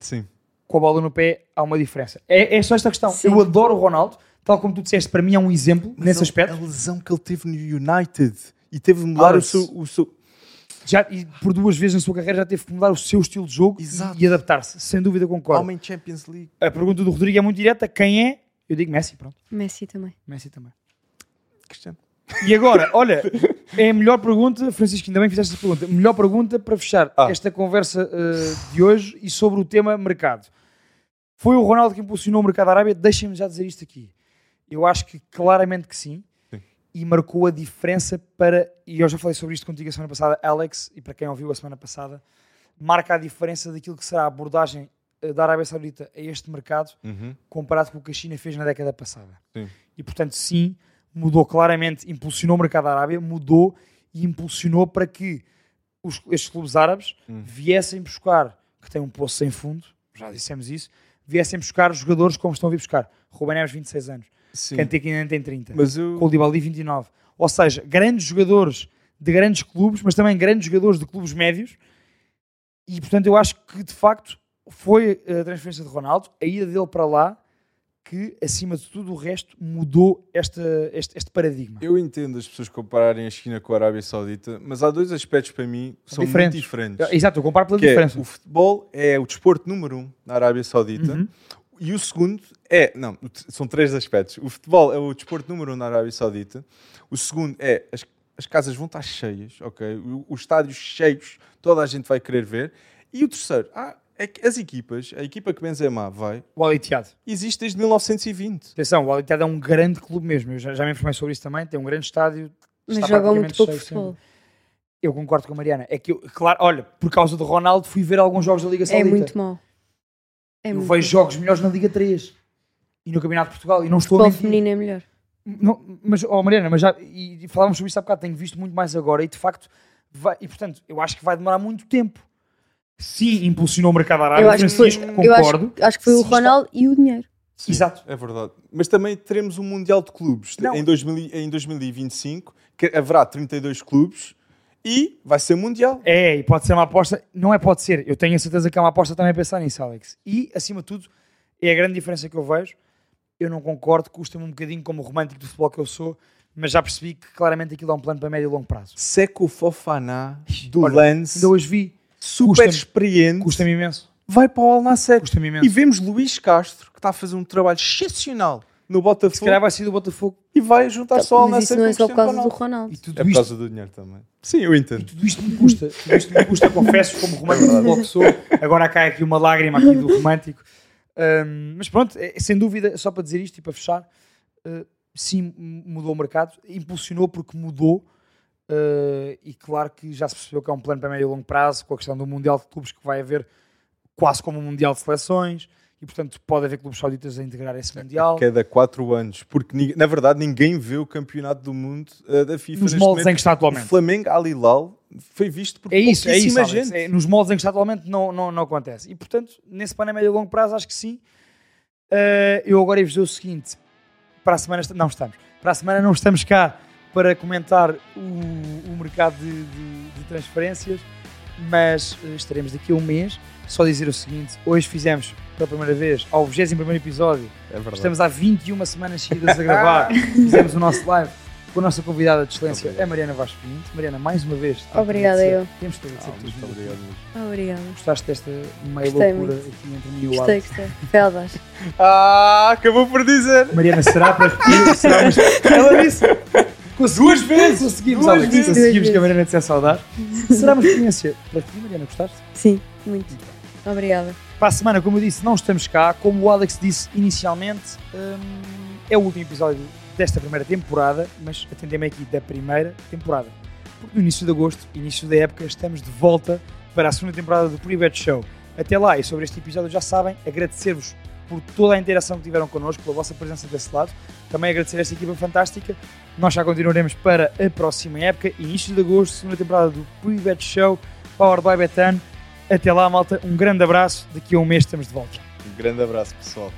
S1: Sim.
S2: com a bola no pé, há uma diferença. É, é só esta questão.
S3: Sim.
S2: Eu adoro o Ronaldo, tal como tu disseste, para mim é um exemplo nesse
S1: ele-
S2: aspecto.
S1: A lesão que ele teve no United e teve de mudar o
S2: Alex.
S1: seu, o seu.
S2: Já, e por duas vezes na sua carreira já teve que mudar o seu estilo de jogo e-
S1: Exato.
S2: e adaptar-se. Sem dúvida concordo.
S1: Homem Champions League.
S2: A pergunta do Rodrigo é muito direta. Quem é? Eu digo Messi, pronto.
S3: Messi também.
S2: Messi também.
S1: Cristiano.
S2: E agora, olha, é a melhor pergunta, Francisco, ainda bem que fizeste esta pergunta. Melhor pergunta para fechar
S1: Ah.
S2: esta conversa eh, de hoje e sobre o tema mercado. Foi o Ronaldo que impulsionou o mercado da Arábia? Deixem-me já dizer isto aqui. Eu acho que claramente que sim.
S1: Sim.
S2: E marcou a diferença para. E eu já falei sobre isto contigo a semana passada, Alex, e para quem ouviu a semana passada, marca a diferença daquilo que será a abordagem eh, da Arábia Saudita a este mercado
S1: Uhum.
S2: comparado com o que a China fez na década passada.
S1: Sim.
S2: E portanto, sim, mudou claramente, impulsionou o mercado da Arábia, mudou e impulsionou para que os, estes clubes árabes
S1: Hum.
S2: viessem buscar, que tem um poço sem fundo, já dissemos isso, viessem buscar jogadores como estão a vir buscar. Ruben Neves, 26 anos,
S1: Sim.
S2: Kanté que ainda tem 30,
S1: Mas eu.
S2: Coldibaldi, 29. Ou seja, grandes jogadores de grandes clubes, mas também grandes jogadores de clubes médios. E portanto, eu acho que de facto foi a transferência de Ronaldo, a ida dele para lá, que acima de tudo o resto mudou esta, este, este paradigma.
S1: Eu entendo as pessoas compararem a China com a Arábia Saudita, mas há dois aspectos para mim que são
S2: Diferentes.
S1: muito diferentes. É,
S2: Exato, eu comparo pela
S1: Que é,
S2: diferença. Uhum.
S1: o futebol é o desporto número um na Arábia Saudita. E o segundo é, não, são três aspectos. O futebol é o desporto número um na Arábia Saudita. O segundo é as, as casas vão estar cheias, ok? O- Os estádios cheios, toda a gente vai querer ver. E o terceiro, ah, é que as equipas, a equipa que Benzema vai,
S2: O Aliteado.
S1: existe desde 1920.
S2: Atenção, o Aliteado é um grande clube mesmo. Eu já, já me informei sobre isso também. Tem um grande estádio.
S3: Mas
S2: está
S3: jogam muito
S2: praticamente
S3: pouco
S2: cheio sempre.
S3: futebol. É
S2: Eu concordo com a Mariana. É que eu, claro, olha, por causa do Ronaldo fui ver alguns jogos da Liga
S3: É
S2: Saudita.
S3: muito mau. É
S2: eu
S3: muito
S2: vejo
S3: mau.
S2: jogos melhores na Liga 3 e no Campeonato de Portugal e não estou a
S3: Futebol
S2: mentir.
S3: feminino é melhor.
S2: Não, mas, oh Mariana, mas já e, e falávamos sobre isso há bocado, tenho visto muito mais agora e de facto, vai, e portanto, eu acho que vai demorar muito tempo. Sim, impulsionou o mercado arábio,
S3: Eu acho que foi,
S2: Francisco,
S3: eu
S2: Ah, concordo.
S3: acho, acho que foi
S2: Se
S3: o
S2: está-
S3: Ronaldo e o dinheiro.
S2: Exato.
S1: É verdade. Mas também teremos um Mundial de Clubes
S2: Não.
S1: em, 2000 e- em 2025, que haverá 32 clubes e vai ser Mundial.
S2: É, e pode ser uma aposta. Não é pode ser. Eu tenho a certeza que é uma aposta também a pensar nisso, Alex. E, acima de tudo, é a grande diferença que eu vejo. Eu não concordo, custa-me um bocadinho como romântico do futebol que eu sou, mas já percebi que claramente aquilo é um plano para médio e longo prazo.
S1: Seco Fofaná do
S2: Olha,
S1: Lance,
S2: Ainda hoje vi.
S1: super
S2: custa-me-
S1: experiente,
S2: Custa-me imenso.
S1: vai para o Al Nassr.
S2: Custa-me
S1: E
S2: imenso.
S1: vemos Luís Castro, que está a fazer um trabalho excepcional no Botafogo,
S2: Se calhar vai ser do Botafogo.
S1: e vai juntar só ao Al
S3: Mas isso
S1: Nassr
S3: não
S1: com
S3: é só por
S1: Cristiano
S3: causa
S1: Ronaldo.
S3: do
S2: E
S3: Ronaldo.
S2: tudo,
S1: É por
S2: isto,
S1: causa do dinheiro também. Sim, eu entendo.
S2: tudo isto me custa. Tudo isto me custa, confesso,
S1: É
S2: como romântico do futebol que sou. Agora cai aqui uma lágrima aqui do romântico. Ahm, mas pronto, é- sem dúvida, só para dizer isto e para fechar, eh, sim, m- mudou o mercado, impulsionou porque mudou, eh, e claro que já se percebeu que é um plano para médio e longo prazo, com a questão do Mundial de Clubes que vai haver quase como um Mundial de Seleções, e portanto pode haver clubes sauditas a integrar
S1: É,
S2: esse Mundial.
S1: Cada quatro anos, porque ni- na verdade ninguém vê o campeonato do mundo eh, da FIFA.
S2: Nos
S1: neste
S2: moldes em
S1: momento.
S2: que está
S1: o
S2: atualmente.
S1: Flamengo Alilal foi visto por
S2: É isso, é isso.
S1: pouquíssima
S2: Alex.
S1: gente.
S2: É, nos moldes em que está atualmente não, não, não acontece. E portanto, nesse plano a médio e longo prazo, acho que sim. Eh, eu agora ia-vos dizer o seguinte: para a semana esta- não estamos. Para a semana não estamos cá para comentar o, o mercado de, de- de transferências, mas eh, estaremos daqui a um mês. Só dizer o seguinte: hoje fizemos pela primeira vez, ao 21 episódio,
S1: É verdade.
S2: Estamos há 21 semanas seguidas a gravar. Fizemos o nosso live com a nossa convidada de excelência,
S1: Obrigado.
S2: a Mariana Vasco Pinto. Mariana, mais uma vez.
S3: Obrigada, eu.
S2: Temos que agradecer
S1: Ah,
S2: por teres
S1: muito
S2: vindo.
S1: obrigado.
S3: Obrigada.
S2: Gostaste desta meio
S3: Gostei
S2: loucura
S3: muito.
S2: aqui entre mim e o
S3: Gostei,
S2: Alex?
S3: gostei. Feldas.
S1: Ah, acabou por dizer.
S2: Mariana, será para repetir? Será mas... Ela disse. Duas vezes! Conseguimos,
S1: Duas
S2: Alex.
S1: vezes.
S2: Conseguimos que a
S3: Duas
S2: Mariana dissesse saudar. Será uma experiência para ti, Mariana? Gostaste?
S3: Sim, muito. Obrigada.
S2: Para a semana, como eu disse, não estamos cá. Como o Alex disse inicialmente, hum, é o último episódio desta primeira temporada, mas atendemos aqui da primeira temporada. Porque no início de agosto, início da época, estamos de volta para a segunda temporada do Private Show. Até lá, e sobre este episódio já sabem, agradecer-vos por toda a interação que tiveram connosco, pela vossa presença desse lado. Também agradecer esta equipa fantástica. Nós já continuaremos para a próxima época, início de agosto, segunda temporada do Private Show, Power by Betano. Até lá, malta. Um grande abraço. Daqui a um mês estamos de volta.
S1: Um grande abraço, pessoal.